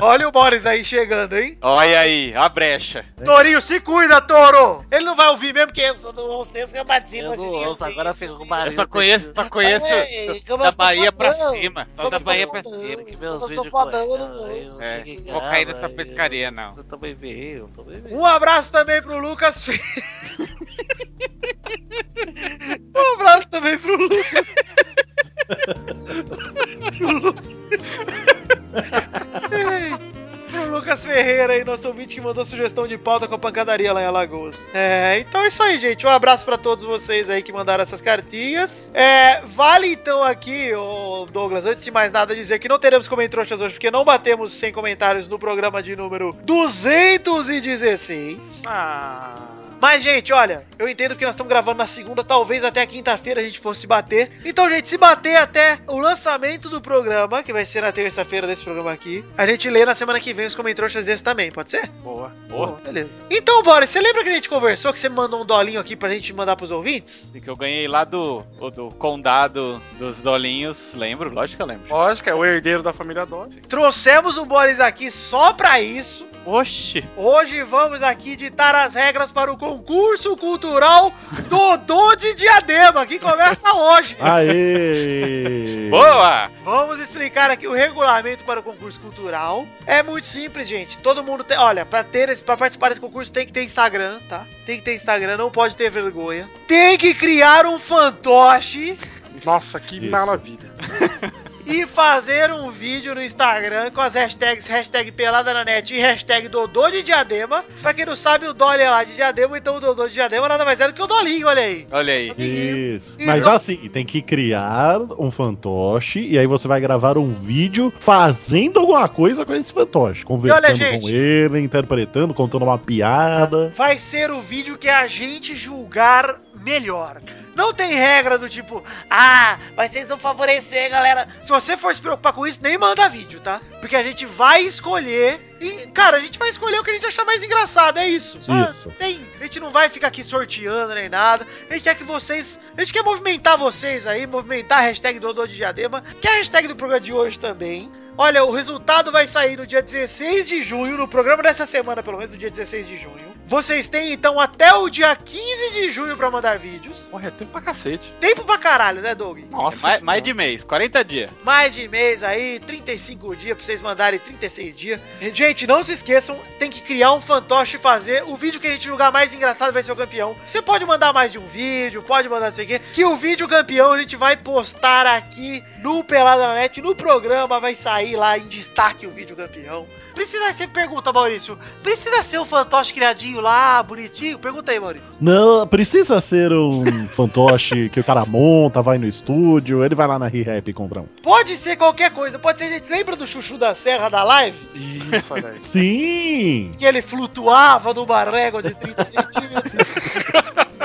S3: Olha o Boris aí chegando, hein?
S10: Olha aí, a brecha.
S3: Torinho, se cuida, Toro! Ele não vai ouvir mesmo, porque eu sou do ouço que eu participo.
S9: Eu não
S3: assim,
S9: ouço,
S3: assim.
S9: agora fico com barulho.
S10: Eu só conheço, só conheço
S9: Ei,
S10: do-
S9: como
S10: da
S9: eu sou
S10: Bahia pra
S9: fodão.
S10: cima. Só
S9: Como
S10: da
S9: eu sou
S10: Bahia pra
S9: fodão,
S10: cima.
S9: que
S3: eu
S9: meus
S3: sou
S9: vídeos
S3: fodão, eu
S9: cortam,
S3: não
S9: eu
S3: ouço.
S10: É,
S9: fico em
S10: vou cair
S9: casa,
S10: nessa
S9: eu-
S10: pescaria, não.
S9: Eu também veio, eu também veio.
S3: Um abraço também pro Lucas Fe- Um abraço também pro Lucas. pro, Lu- Ei, pro Lucas Ferreira aí, nosso ouvinte que mandou sugestão de pauta com a pancadaria lá em Alagoas. É, então é isso aí, gente. Um abraço pra todos vocês aí que mandaram essas cartinhas. É, vale então aqui, ô Douglas, antes de mais nada, dizer que não teremos comentroxas hoje, porque não batemos 100 comentários no programa de número 216.
S6: Ah.
S3: Mas, gente, olha, eu entendo que nós estamos gravando na segunda, talvez até a quinta-feira a gente fosse bater. Então, gente, se bater até o lançamento do programa, que vai ser na terça-feira desse programa aqui, a gente lê na semana que vem os comentroxas desse também, pode ser?
S6: Boa.
S10: Boa.
S3: Beleza. Então, Boris, você lembra que a gente conversou que você mandou um dolinho aqui pra gente mandar pros ouvintes?
S10: E que eu ganhei lá do, o- do condado dos dolinhos. Lembro, lógico que eu lembro.
S6: Lógico, é o herdeiro da família Dose.
S3: Trouxemos o Boris aqui só pra isso.
S10: Oxi!
S3: Hoje vamos aqui ditar as regras para o concurso cultural Dodô de Diadema, que começa hoje.
S4: Aê!
S10: Boa!
S3: Vamos explicar aqui o regulamento para o concurso cultural. É muito simples, gente. Todo mundo tem. Olha, para ter esse, pra participar desse concurso tem que ter Instagram, tá? Tem que ter Instagram, não pode ter vergonha. Tem que criar um fantoche
S6: Nossa, que
S4: Isso.
S6: maravilha.
S3: e fazer um vídeo no Instagram com as hashtags hashtag pelada na net e hashtag Dodô de Diadema. Pra quem não sabe, o Dolly é lá de Diadema, então o Dodô de Diadema nada mais é do que o Dolinho, olha aí.
S10: Olha aí.
S4: Isso.
S3: E
S4: Mas
S3: não-
S4: assim, tem que criar um fantoche e aí você vai gravar um vídeo fazendo alguma coisa com esse fantoche. Conversando
S3: gente.
S4: com ele, interpretando, contando uma piada.
S3: vai ser o vídeo que a gente julgar melhor. Não tem regra do tipo, ah, mas vocês vão favorecer, galera. Se você for se preocupar com isso, nem manda vídeo, tá? Porque a gente vai escolher E, cara, a gente vai escolher o que a gente achar mais engraçado, é isso. Só
S6: Ah.
S4: Isso.
S3: Tem, a gente não vai ficar aqui sorteando nem nada. A gente quer que vocês. A gente quer movimentar vocês aí, movimentar a hashtag Dodô de Diadema, que é a hashtag do programa de hoje também. Olha, o resultado vai sair no dia 16 de junho, no programa dessa semana, pelo menos no dia 16 de junho. Vocês têm então até o dia 15 de junho pra mandar vídeos.
S10: Porra, é tempo pra cacete.
S3: Tempo pra caralho, né, Doug?
S10: Nossa. É mais, mais de mês, 40 dias.
S3: Mais de mês aí, 35 dias pra vocês mandarem 36 dias. Gente, não se esqueçam, tem que criar um fantoche e fazer. O vídeo que a gente julgar mais engraçado vai ser o campeão. Você pode mandar mais de um vídeo, pode mandar não sei o quê. Que o vídeo campeão a gente vai postar aqui no Pelada na Net, no programa, vai sair lá em destaque o vídeo campeão. Precisa ser pergunta, Maurício. Precisa ser um fantoche criadinho lá, bonitinho? Pergunta aí, Maurício.
S4: Não, precisa ser um fantoche que o cara monta, vai no estúdio, ele vai lá na Re-Rap e compra um.
S3: Pode ser qualquer coisa, pode ser, gente, lembra do Chuchu da Serra da live?
S6: Isso, olha aí.
S4: Sim!
S3: que ele flutuava numa régua de 30 centímetros.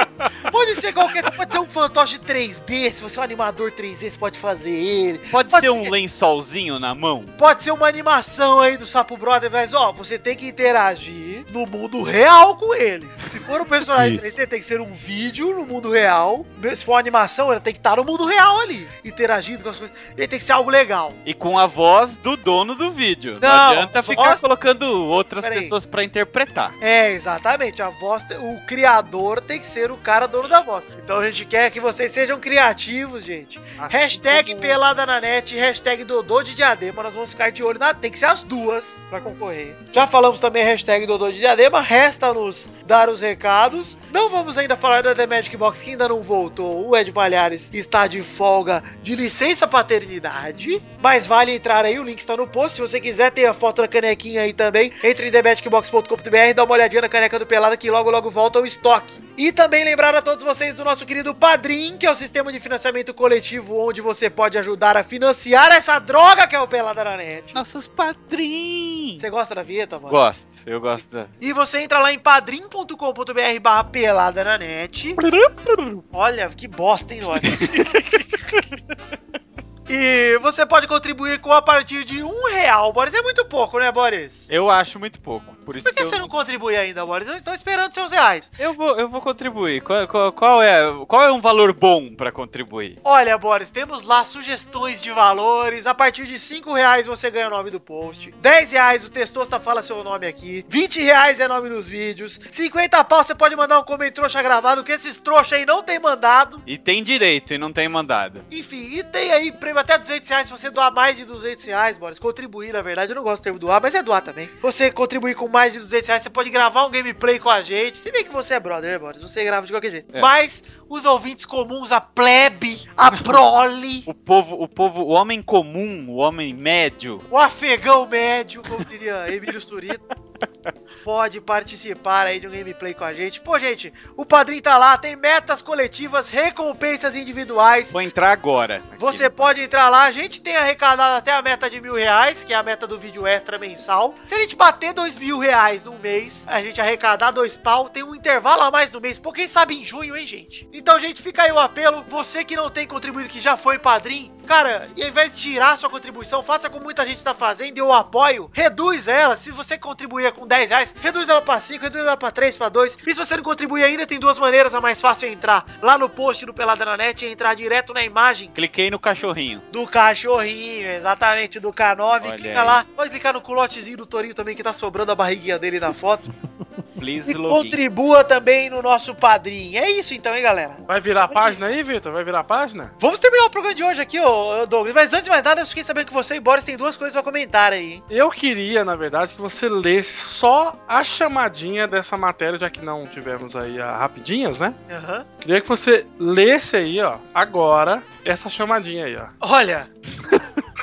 S3: Pode ser qualquer pode ser um fantoche 3D, se você é um animador 3D, você pode fazer ele.
S10: Pode, ser um lençolzinho na mão?
S3: Pode ser uma animação aí do Sapo Brother, mas ó, você tem que interagir no mundo real com ele. Se for um personagem
S4: Isso.
S3: 3D, tem que ser um vídeo no mundo real. Se for uma animação, ela tem que estar no mundo real ali, interagindo com as coisas. Ele tem que ser algo legal.
S10: E com a voz do dono do vídeo. Não,
S3: Não,
S10: adianta ficar
S3: voz-
S10: colocando outras
S3: Peraí.
S10: pessoas pra interpretar.
S3: É, exatamente. A voz, te- o criador tem que ser o cara dono da voz. Então a gente quer que vocês sejam criativos, gente. hashtag pelada na net, hashtag Dodô de Diadema. Nós vamos ficar de olho na. Tem que ser as duas pra concorrer. Já falamos também hashtag Dodô de Diadema. Resta-nos dar os recados. Não vamos ainda falar da The Magic Box que ainda não voltou. O Ed Malhares está de folga de licença paternidade. Mas vale entrar aí, o link está no post. Se você quiser, tem a foto da canequinha aí também. Entre em TheMagicBox.com.br, dá uma olhadinha na caneca do Pelada que logo logo volta ao estoque. E também lembrar a todos vocês do nosso querido Padrim, que é o sistema de financiamento coletivo onde você pode ajudar a financiar essa droga que é o Pelada na Net.
S10: Nossos padrinhos!
S3: Você gosta da vinheta, mano?
S10: Gosto, eu gosto da.
S3: E você entra lá em padrim.com.br barra pelada na net. Olha, que bosta, hein, Lorde? E você pode contribuir com a partir de um real, Boris. É muito pouco, né, Boris?
S10: Eu acho muito pouco. Por isso
S3: Por que
S10: É, eu...
S3: você não contribui ainda, Boris? Eu estou esperando seus reais.
S10: Eu vou, eu vou contribuir. Qual, qual- qual é, qual é um valor bom pra contribuir?
S3: Olha, Boris, temos lá sugestões de valores. A partir de 5 reais você ganha o nome do post. 10 reais o Testosta fala seu nome aqui. 20 reais é nome nos vídeos. 50 pau você pode mandar um comentário trouxa gravado, que esses trouxa aí não tem mandado.
S10: E tem direito e não tem mandado.
S3: Enfim, e tem aí prêmio até 200 reais se você doar mais de 200 reais, Boris. Contribuir, na verdade, eu não gosto do termo doar, mas é doar também. Você contribuir com mais de 200 reais, você pode gravar um gameplay com a gente. Se bem que você é brother, né, Boris? Você grava de qualquer jeito.
S10: É.
S3: Mas os ouvintes comuns, a plebe, a prole,
S10: O povo, o povo, o homem comum, o homem médio.
S3: o afegão médio, como diria Emílio Surita, pode participar aí de um gameplay com a gente. Pô, gente, o padrinho tá lá, tem metas coletivas, recompensas individuais.
S10: Vou entrar agora.
S3: Você pode entrar lá, a gente tem arrecadado até a meta de mil reais, que é a meta do vídeo extra mensal. Se a gente bater dois mil reais num mês, a gente arrecadar dois pau, tem um intervalo a mais no mês, pô, quem sabe em junho, hein, gente? Então, gente, fica aí o apelo, você que não tem contribuído, que já foi padrinho, cara, e ao invés de tirar sua contribuição, faça como muita gente tá fazendo, eu apoio, reduz ela, se você contribuir com 10 reais, reduz ela pra 5, reduz ela pra 3, pra 2, e se você não contribuir ainda, tem duas maneiras, a mais fácil é entrar lá no post do Pelada na Net e entrar direto na imagem
S10: Cliquei no cachorrinho.
S3: do cachorrinho, exatamente, do K9.
S10: Olha
S3: clica
S10: aí.
S3: lá, pode clicar no culotezinho do Torinho também, que tá sobrando a barriguinha dele na foto.
S10: Please
S3: e
S10: login.
S3: contribua também no nosso padrinho. É isso então, hein, galera?
S6: Vai virar a página aí, Vitor? Vai virar a página?
S3: Vamos terminar o programa de hoje aqui, ô ô, Douglas. Mas antes de mais nada, eu fiquei sabendo que você e Boris tem duas coisas pra comentar aí, hein?
S6: Eu queria, na verdade, que você lesse só a chamadinha dessa matéria, já que não tivemos aí a rapidinhas, né?
S3: Aham.
S6: Queria que você lesse aí, ó, agora, essa chamadinha aí, ó.
S3: Olha,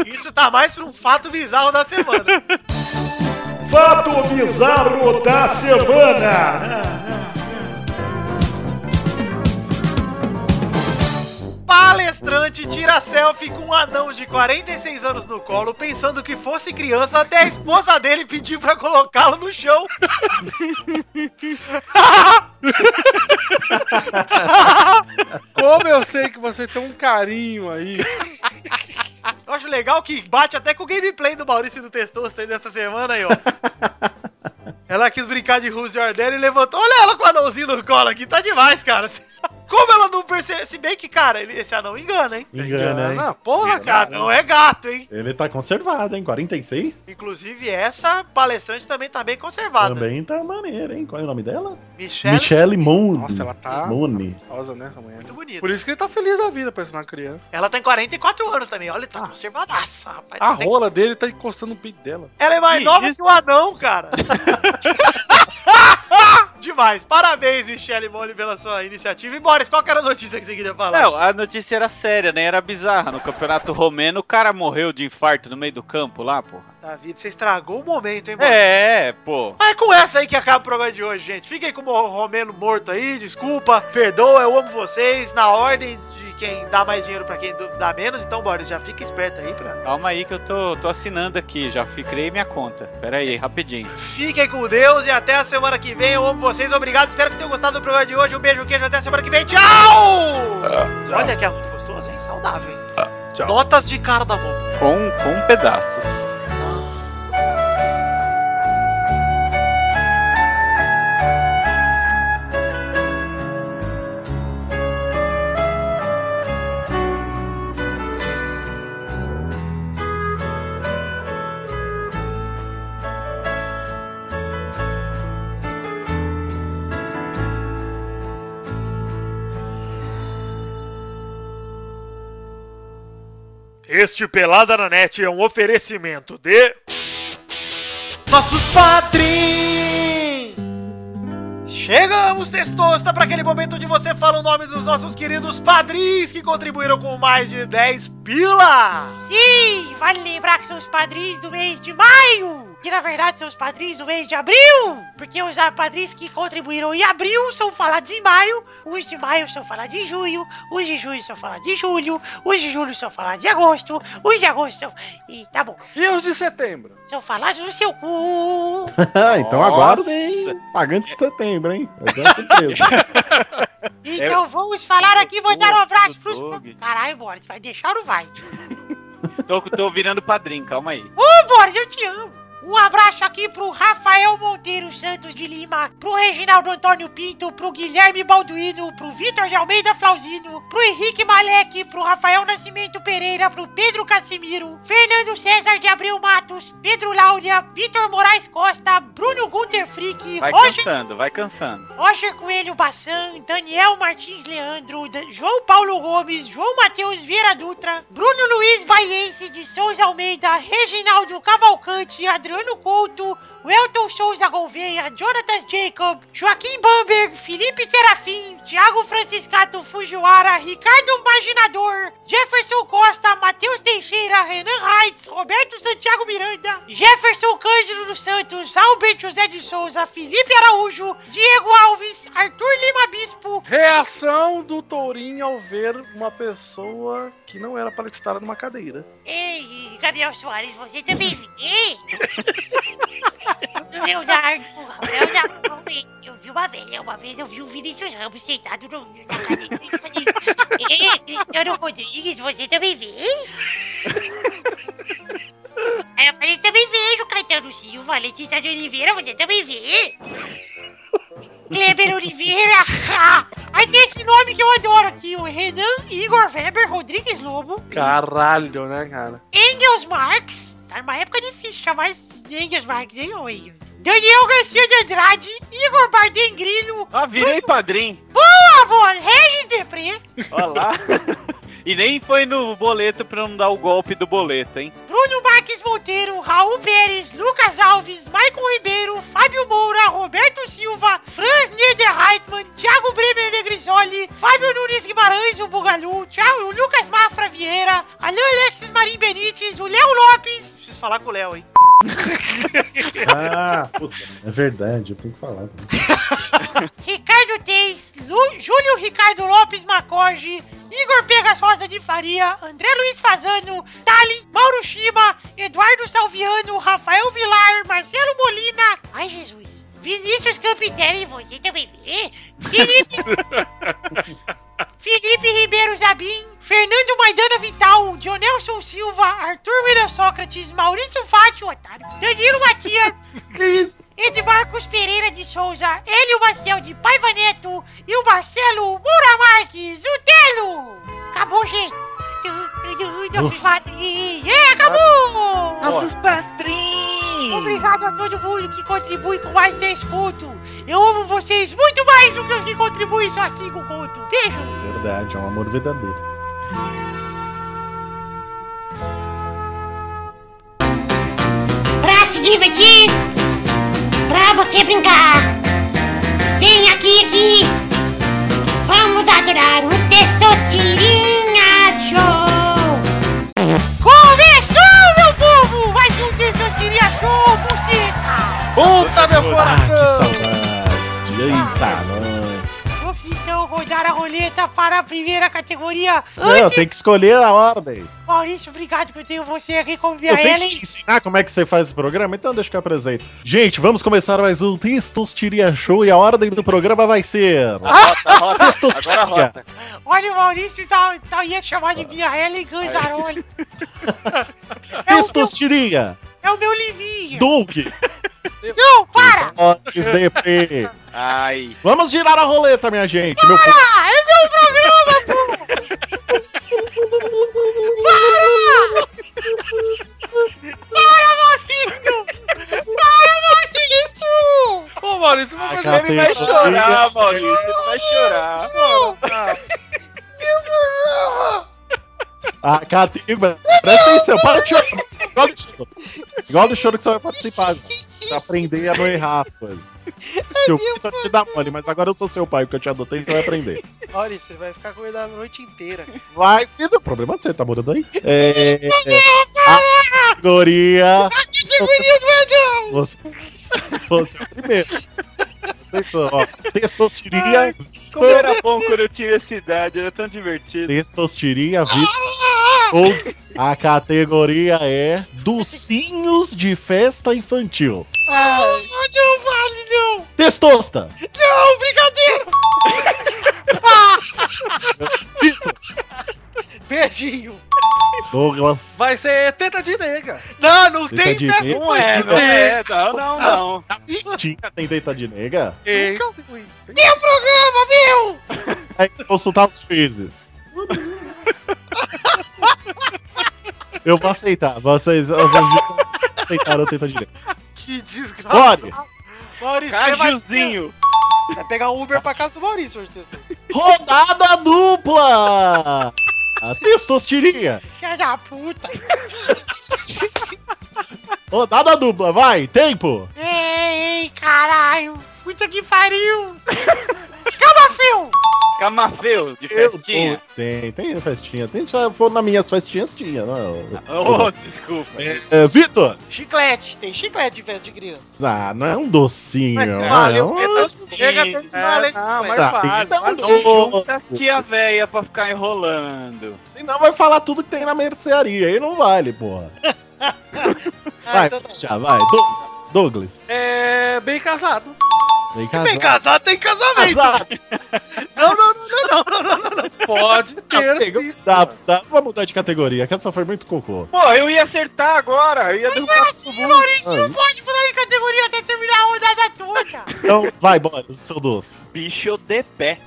S3: isso tá mais pra um fato bizarro da semana.
S16: Fato bizarro da semana.
S3: Palestrante tira selfie com um anão de 46 anos no colo, pensando que fosse criança, até a esposa dele pediu pra colocá-lo no chão.
S6: Como eu sei que você tem um carinho aí
S17: Eu acho legal que bate até com o gameplay do Maurício e do Testosta aí dessa semana aí, ó. ela quis brincar de Who's Your Daddy e levantou. Olha ela com o anãozinho no colo aqui, tá demais, cara. Como ela não percebe? Se bem que, cara, ele- esse anão engana, hein?
S4: Engana, hein?
S17: Porra,
S4: Engana.
S17: cara, não é gato, hein?
S4: Ele tá conservado, hein? 46?
S17: Inclusive, essa palestrante também tá bem conservada.
S4: Também tá maneiro, hein? Qual é o nome dela?
S17: Michelle, é
S4: Michelle Moon.
S6: Nossa, ela tá
S4: Mooney.
S6: Rosa, né, essa mulher?
S17: muito bonita.
S6: Por isso que ele tá feliz da vida, parecendo uma criança.
S17: Ela tem 44 anos também, olha, tá conservadaça, rapaz.
S6: A
S17: Não tem-
S6: rola dele tá encostando no peito dela.
S17: Ela é mais
S6: Que
S17: nova
S6: isso?
S17: que o anão, cara. Demais. Parabéns, Michelle Mole, pela sua iniciativa. E Boris, qual que era a notícia que você queria falar?
S5: Não, a notícia era séria, né? Era bizarra. No campeonato romeno, o cara morreu de infarto no meio do campo lá, porra.
S17: David, você estragou o momento, hein, Boris?
S5: É, pô.
S17: Mas é com essa aí que acaba o programa de hoje, gente. Fiquem com o Romeno morto aí, desculpa, perdoa, eu amo vocês. Na ordem de quem dá mais dinheiro pra quem dá menos, então, Boris, já fica esperto aí pra.
S5: Calma aí que eu tô, tô assinando aqui, já fi- criei minha conta. Pera aí, rapidinho.
S17: Fiquem com Deus e até a semana que vem. Eu amo vocês, obrigado. Espero que tenham gostado do programa de hoje. Um beijo, um queijo, até a semana que vem. Tchau!
S5: Ah, tchau. Ah,
S17: Olha que arroz gostoso, hein? Saudável, hein?
S5: tchau.
S17: Notas de cardamomo.
S5: Com, com pedaços.
S18: Este Pelada na Net é um oferecimento de.
S17: Nossos padrinhos! Chegamos, Testosta, para aquele momento onde você fala o nome dos nossos queridos padrinhos que contribuíram com mais de 10 pila!
S3: Sim, vale lembrar que são os padrinhos do mês de maio! Que na verdade são os padrinhos do mês de abril! Porque os ah, padrinhos que contribuíram em abril são falados em maio, os de maio são falados em junho, os de junho são falados em julho, os de julho são falados em agosto, os de agosto são. E tá bom.
S6: E os de setembro?
S3: São falados no seu cu!
S4: então aguardem. Pagante de setembro, hein? Vai ser uma surpresa.
S3: Então vamos falar aqui, vou dar um abraço pros. Caralho, Boris, vai deixar ou vai?
S19: Tô, tô virando padrinho, calma aí.
S3: Ô, Boris, eu te amo. Um abraço aqui pro Rafael Monteiro Santos de Lima, pro Reginaldo Antônio Pinto, pro Guilherme Balduino, pro Vitor de Almeida Flauzino, pro Henrique Malek, pro Rafael Nascimento Pereira, pro Pedro Cassimiro, Fernando César de Abreu Matos, Pedro Laura, Vitor Moraes Costa, Bruno Gunter Frick,
S19: Vai
S3: Roger
S19: cansando, vai cansando.
S3: Roger Coelho Bassan, Daniel Martins Leandro, Dan- João Paulo Gomes, João Matheus Vieira Dutra, Bruno Luiz Vaiense de Souza Almeida, Reginaldo Cavalcante, Adriano Couto, Welton Souza Gouveia, Jonathan Jacob, Joaquim Bamberg, Felipe Serafim, Thiago Franciscato Fujiwara, Ricardo Maginador, Jefferson Costa, Matheus Teixeira, Renan Reitz, Roberto Santiago Miranda, Jefferson Cândido dos Santos, Albert José de Souza, Felipe Araújo, Diego Alves, Arthur Lima Bispo,
S6: Reação do Tourinho ao ver uma pessoa que não era para estar numa cadeira.
S3: Ei, Gabriel Soares, você também vi. Leonardo, Leonardo, eu vi uma vez, uma vez eu vi o Vinícius Ramos sentado no, na cadeira. Eu falei, assim, Ei, Cristiano Rodrigues, você também vê? Aí eu falei, também vejo, Caetano Silva, Letícia de Oliveira, você também vê? Kleber Oliveira! Aí tem esse nome que eu adoro aqui, o Renan Igor Weber Rodrigues Lobo.
S6: Caralho, né, cara?
S3: Engels Marx. Tá numa época difícil chamar esses Engels Marx, hein, ô Engels? Daniel Garcia de Andrade, Igor Bardem Grilho.
S19: Ah, virei padrinho.
S3: Boa, boa! Regis Depré,
S19: Olha lá. E nem foi no boleto pra não dar o golpe do boleto, hein?
S3: Bruno Marques Monteiro, Raul Pérez, Lucas Alves, Maicon Ribeiro, Fábio Moura, Roberto Silva, Franz Niederreitmann, Thiago Bremer Negrisoli, Fábio Nunes Guimarães, o Bugalu, Thiago, o Lucas Mafra Vieira, Alain Alexis Marim Benites, o Léo Lopes.
S17: Preciso falar com o Léo, hein?
S4: ah, puta, é verdade, eu tenho que falar. né?
S3: Ricardo Teis, Lu- Júlio Ricardo Lopes Macorge, Igor Pegas Rosa de Faria, André Luiz Fazano, Tali, Mauro Shima, Eduardo Salviano, Rafael Vilar, Marcelo Molina. Ai, Jesus. Vinícius Campitelli, você também vê? Felipe, Felipe Ribeiro Zabim, Fernando Maidana Vital, Dionelson Silva, Arthur William Sócrates, Maurício Fátio, otário, Danilo Matias, Edmarcos Pereira de Souza, Hélio Marcel de Paiva Neto e o Marcelo Moura Marques, o Telo! Acabou, gente!
S13: Ufa.
S3: É, acabou!
S13: Nossos
S4: Hum.
S3: Obrigado a todo mundo que contribui com mais 10 conto. Eu amo vocês muito mais do que os que contribuem só 5 conto. Beijo!
S4: Verdade, é um amor verdadeiro.
S9: Pra se divertir, pra você brincar. Vem aqui, aqui. Vamos adorar o Testosterinha Show.
S3: Começou, meu povo! Mais um Testosterinha Show, buceta!
S6: Puta, meu
S4: Ah, Que saudade. Eita, nós.
S3: Vamos então rodar a roleta para a primeira categoria.
S4: Não, tem que escolher a ordem.
S3: Maurício, obrigado por ter você aqui com a
S4: Eu tenho que
S3: Ellen.
S4: te ensinar como é que você faz esse programa, então deixa que eu apresento. Gente, vamos começar mais um Testosteria Show e a ordem do programa vai ser. Testosteria.
S3: Olha, o Maurício tá, tá, ia te chamar de Guia Ellen Ganzaroli.
S4: Testosteria.
S3: É o meu livinho.
S4: Doug.
S3: Não, para!
S4: XDP. Ai. Vamos girar a roleta, minha gente. Meu povo.
S3: Para! É meu programa, pô! Para! Para, Maurício! Para, Maurício!
S6: Ô, Maurício, uma coisa
S5: Ele vai chorar, Maurício. Ele vai chorar.
S3: Meu programa!
S4: A Catiba. Presta atenção, para de chorar. Igual do choro. Igual do choro que você vai participar. gente. Pra aprender a não errar as coisas. Que eu tento te dar mole, mas agora eu sou seu pai, porque eu te adotei você vai aprender.
S20: Maurício, ele vai ficar com ele a noite inteira.
S4: Vai, filho. O problema é você, tá morando aí? É. A categoria.
S3: Categoria do Edão!
S4: Você, você é o primeiro. Aceitou, ó. Testosteria.
S5: Como era bom quando eu tinha essa idade, era tão divertido.
S4: Testosteria, Vitor. Ou a categoria é Docinhos de Festa Infantil.
S3: Ah, não vale, não!
S4: Testosta!
S3: Não, brincadeira!
S6: Beijinho.
S4: Douglas.
S6: Vai ser teta de nega. Não, não
S4: Teta
S6: tem
S4: de
S6: teta.
S4: nega.
S6: Não é,
S4: Não é,
S6: não, não, não.
S4: tá Tinha tem deita de nega?
S3: Meu programa, meu!
S4: Aí consultar os juízes. Eu vou aceitar. Vocês, os juízes aceitaram o teta de nega.
S6: Que desgraça.
S4: Boris!
S6: Maurício, você vai-
S5: Cajuzinho.
S6: Vai pegar um Uber pra casa do Maurício hoje, texto.
S4: Rodada dupla! A testosteria!
S3: Filha da puta!
S4: Rodada dupla, vai! Tempo!
S3: Ei, caralho! Puta que pariu! Camafeu!
S5: Camafeu, de festinha.
S4: Tem, tem festinha. Tem, se for nas minhas festinhas, tinha. Não,
S5: Oh, desculpa.
S4: É, Vitor!
S20: Chiclete, tem chiclete de festa de criança.
S4: Ah, não é um docinho.
S20: Mas
S4: não,
S20: olha,
S4: é
S20: os
S4: um-
S20: pedaços de nega tem que dar leite de
S5: Ah,
S20: chiclete.
S6: é
S4: Tá, então,
S5: Junta aqui a véia pra ficar enrolando.
S4: Senão vai falar tudo que tem na mercearia. Aí não vale, porra. Vai,
S6: então tá.
S4: já, vai. Douglas. Douglas.
S6: É. Bem casado.
S4: Vem Ah,
S6: Bem
S4: casar.
S6: casado tem casamento. Não, não, não, não, não, não, não, não, não. Pode ter. sim.
S4: Tá, tá, vamos mudar de categoria, que essa foi muito cocô.
S5: Pô, eu ia acertar agora. Eu ia dar um passo pro
S3: O Maurício
S4: Ah,
S3: não pode pular de categoria até terminar a rodada toda!
S4: Então, vai, bora, o seu doce.
S5: Bicho de pé.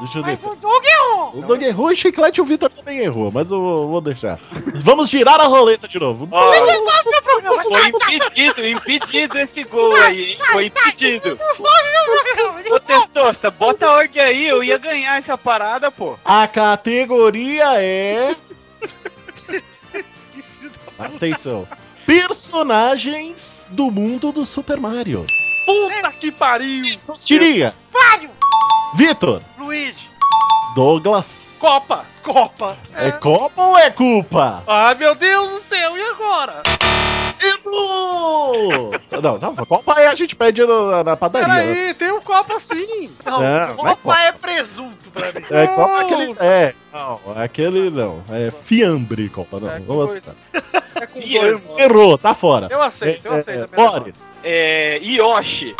S4: Deixa eu
S3: Mas o
S4: deixar.
S3: Doug errou!
S4: O Doug errou e o Chiclete e o Vitor também errou, mas eu vou, vou deixar. Vamos girar a roleta de novo.
S5: Ó,
S3: Devolve meu programa!
S5: foi impedido, impedido esse gol aí, hein? Foi impedido.
S3: Devolve meu programa!
S5: Ô, Testosta, bota a ordem aí, eu ia ganhar essa parada, pô.
S4: A categoria é. Atenção. Personagens do mundo do Super Mario.
S6: Puta que pariu.
S4: Tiria,
S3: Fábio!
S4: Vitor,
S6: Luigi.
S4: Douglas.
S6: Copa. Copa.
S4: É Copa ou é culpa?
S6: Ai, meu Deus do céu, e agora?
S4: Errou! Não, não, Copa aí a gente pede na, na padaria. né?
S6: Peraí, tem um copo assim.
S4: Não,
S6: Não,
S4: não é
S6: Copa é presunto pra mim.
S4: É, Copa é aquele. É, não, é aquele não. É fiambre, Copa. Não, vamos
S6: coisa.
S4: aceitar.
S6: É com dois.
S4: Errou, tá fora.
S6: Eu aceito, eu
S4: É, é,
S6: aceito,
S4: é,
S6: é melhor.
S4: Boris,
S5: É. Yoshi.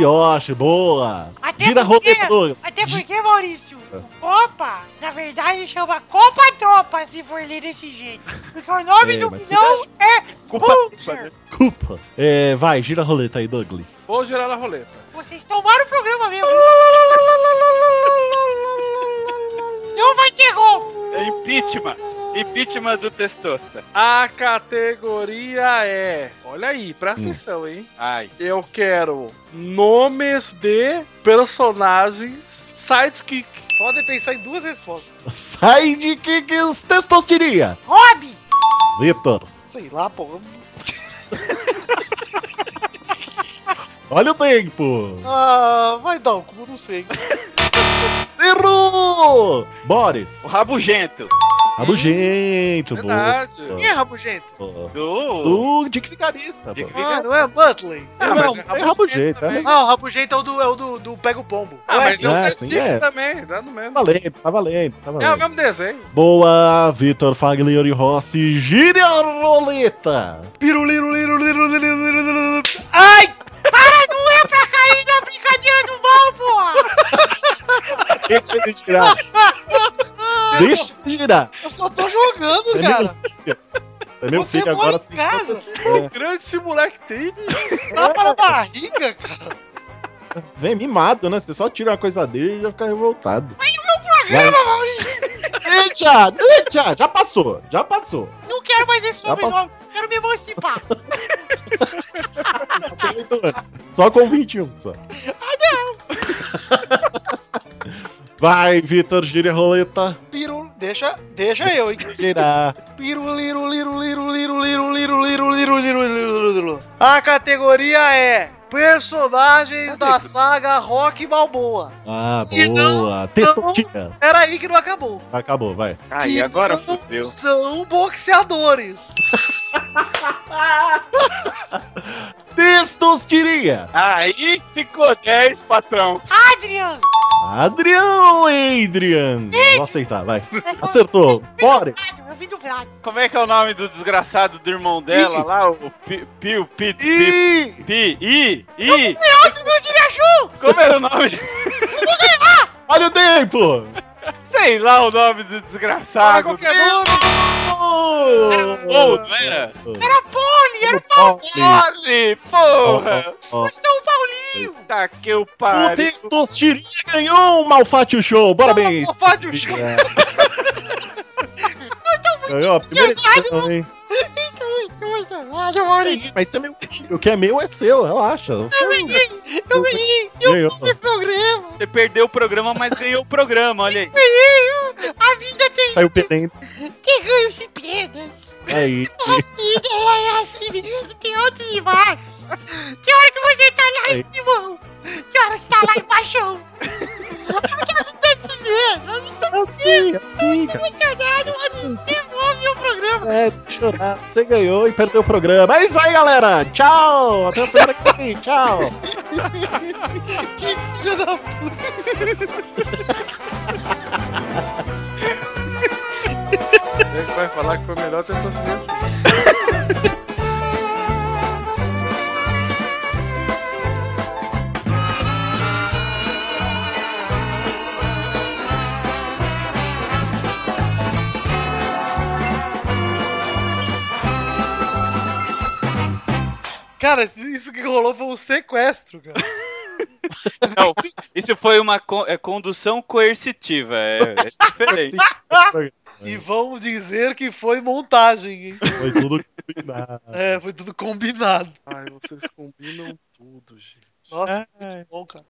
S4: Yoshi, boa.
S3: Até
S4: Gira
S3: porque,
S4: roleta, Douglas.
S3: até porque, Maurício,
S4: É.
S21: Copa, na verdade chama Copa Tropa, se for ler desse jeito. Porque o nome
S4: É,
S21: do
S4: mas
S21: pilão é Vulture.
S4: Culpa. É, vai, gira a roleta aí, Douglas.
S6: Vou girar a roleta.
S21: Vocês tomaram o programa mesmo. Não vai ter gol.
S5: É Impeachment. Impeachment do Testosta.
S6: A categoria é. Olha aí, presta
S5: Hum.
S6: atenção, hein?
S5: Ai.
S6: Eu quero nomes de personagens sidekick.
S3: Podem pensar em duas respostas.
S4: Sai de que, que os testosteria.
S3: Rob!
S4: Vitor.
S3: Sei lá, pô.
S4: Olha o tempo.
S3: Ah, vai dar o cu, não
S4: Tá
S3: sei.
S4: Errou! Boris.
S5: O Rabugento.
S4: Rabugento, boa.
S3: Quem é rabugento?
S4: Do... Do Dick Vigarista. pô.
S3: Ah, não é Butley?
S4: Ah, mas é rabugento, é legal.
S3: Não, o rabugento é o do, é o do, do Pega o Pombo.
S6: Ah, mas eu
S4: é,
S6: sei
S4: sim,
S6: disso
S4: é.
S6: também, dá no mesmo.
S4: Tá valendo, tá valendo, tá
S6: É o
S4: valendo.
S6: mesmo desenho.
S4: Boa, Vitor Faglioli Rossi, gire a roleta!
S3: Ai!
S21: Para, não é pra cair na brincadeira do mal, porra!
S4: Deixa ele girar, deixa ele girar. É
S3: Eu só tô jogando,
S4: Você
S3: cara.
S4: nem fica- Você nem
S3: Você
S21: é
S4: fica
S3: mora
S4: É agora
S3: em casa.
S4: sem-
S6: Quão grande esse moleque tem, bicho?
S3: Tapa na barriga, cara.
S4: Vem mimado, né? Você só tira uma coisa dele e já fica revoltado.
S21: Mas o meu programa, Maurício!
S4: Deixa, deixa, já passou, já passou.
S21: Não quero mais esse
S4: Já
S21: sobrenome, quero me emancipar.
S4: Então, Só com 21, só.
S21: ah, não!
S4: Vai, Vitor, gire a roleta.
S3: Piru... Deixa, deixa eu, hein?
S4: Girar.
S3: A categoria é personagens da saga Rock Balboa.
S4: Ah,
S3: E não
S4: boa.
S3: são-
S4: Testotinha.
S3: Peraí que não acabou.
S4: Acabou, vai.
S3: Que não
S5: fudeu.
S3: São boxeadores.
S4: Testostiria.
S5: Aí ficou 10, patrão.
S21: Adrian!
S4: Adrião, Adrian. Vou aceitar, vai. Acertou. Boris.
S21: Eu vim do Vlad.
S10: Como é que é o nome do desgraçado do irmão dela
S4: Ih.
S10: lá? O Pi, Pi, Pi, Pi, Pi, I, I.
S21: Leandro do Diraju!
S10: Como era o nome?
S4: Olha o tempo.
S10: Sei lá o nome do desgraçado. Era Paul, não era?
S21: Era Poli, era
S4: Paulo.
S10: Poli, porra.
S4: Ó, ó.
S21: São Paulinho!
S10: Tá que eu
S4: O
S10: pariu.
S4: Testostiria ganhou um Malfátio Show. Parabéns.
S3: Malfátio
S4: Show.
S21: Eu tô muito
S4: Ganhou a primeira
S21: emocionado.
S4: edição, hein?
S21: Eu tô muito
S9: Ah,
S21: emocionado, Maurício.
S4: Mas você é meu filho. O que é meu é seu, relaxa.
S21: Eu ganhei! Eu ganhei! Eu
S4: Ganhou.
S21: fiz o programa!
S10: Você perdeu o programa, mas ganhou o programa, olha aí.
S21: Ganhei! eu- A vida tem.
S4: Saiu perdendo.
S21: Quem ganha se perde.
S4: Aí.
S21: A vida ela é assim mesmo, tem altos e baixos. Tem hora que você tá lá em
S4: Aí.
S21: cima, tem hora que você tá lá embaixo. Porque a vida é assim mesmo, a vida é assim mesmo. Tô muito emocionado, mano. Devolve o programa.
S4: É, tem que chorar. Você ganhou e perdeu o programa. É isso aí, galera. Tchau. Até a semana que vem. Tchau.
S21: que filho da puta.
S6: Ele vai falar é que foi melhor ter sofrido.
S3: Cara, isso que rolou foi um sequestro, cara.
S10: Não, isso foi uma con- é, condução coercitiva. É, é diferente.
S3: e vão dizer que foi montagem, hein?
S4: Foi tudo combinado.
S3: É, foi tudo combinado.
S6: Ai, vocês combinam tudo, gente.
S4: É.
S3: Nossa, muito bom, cara.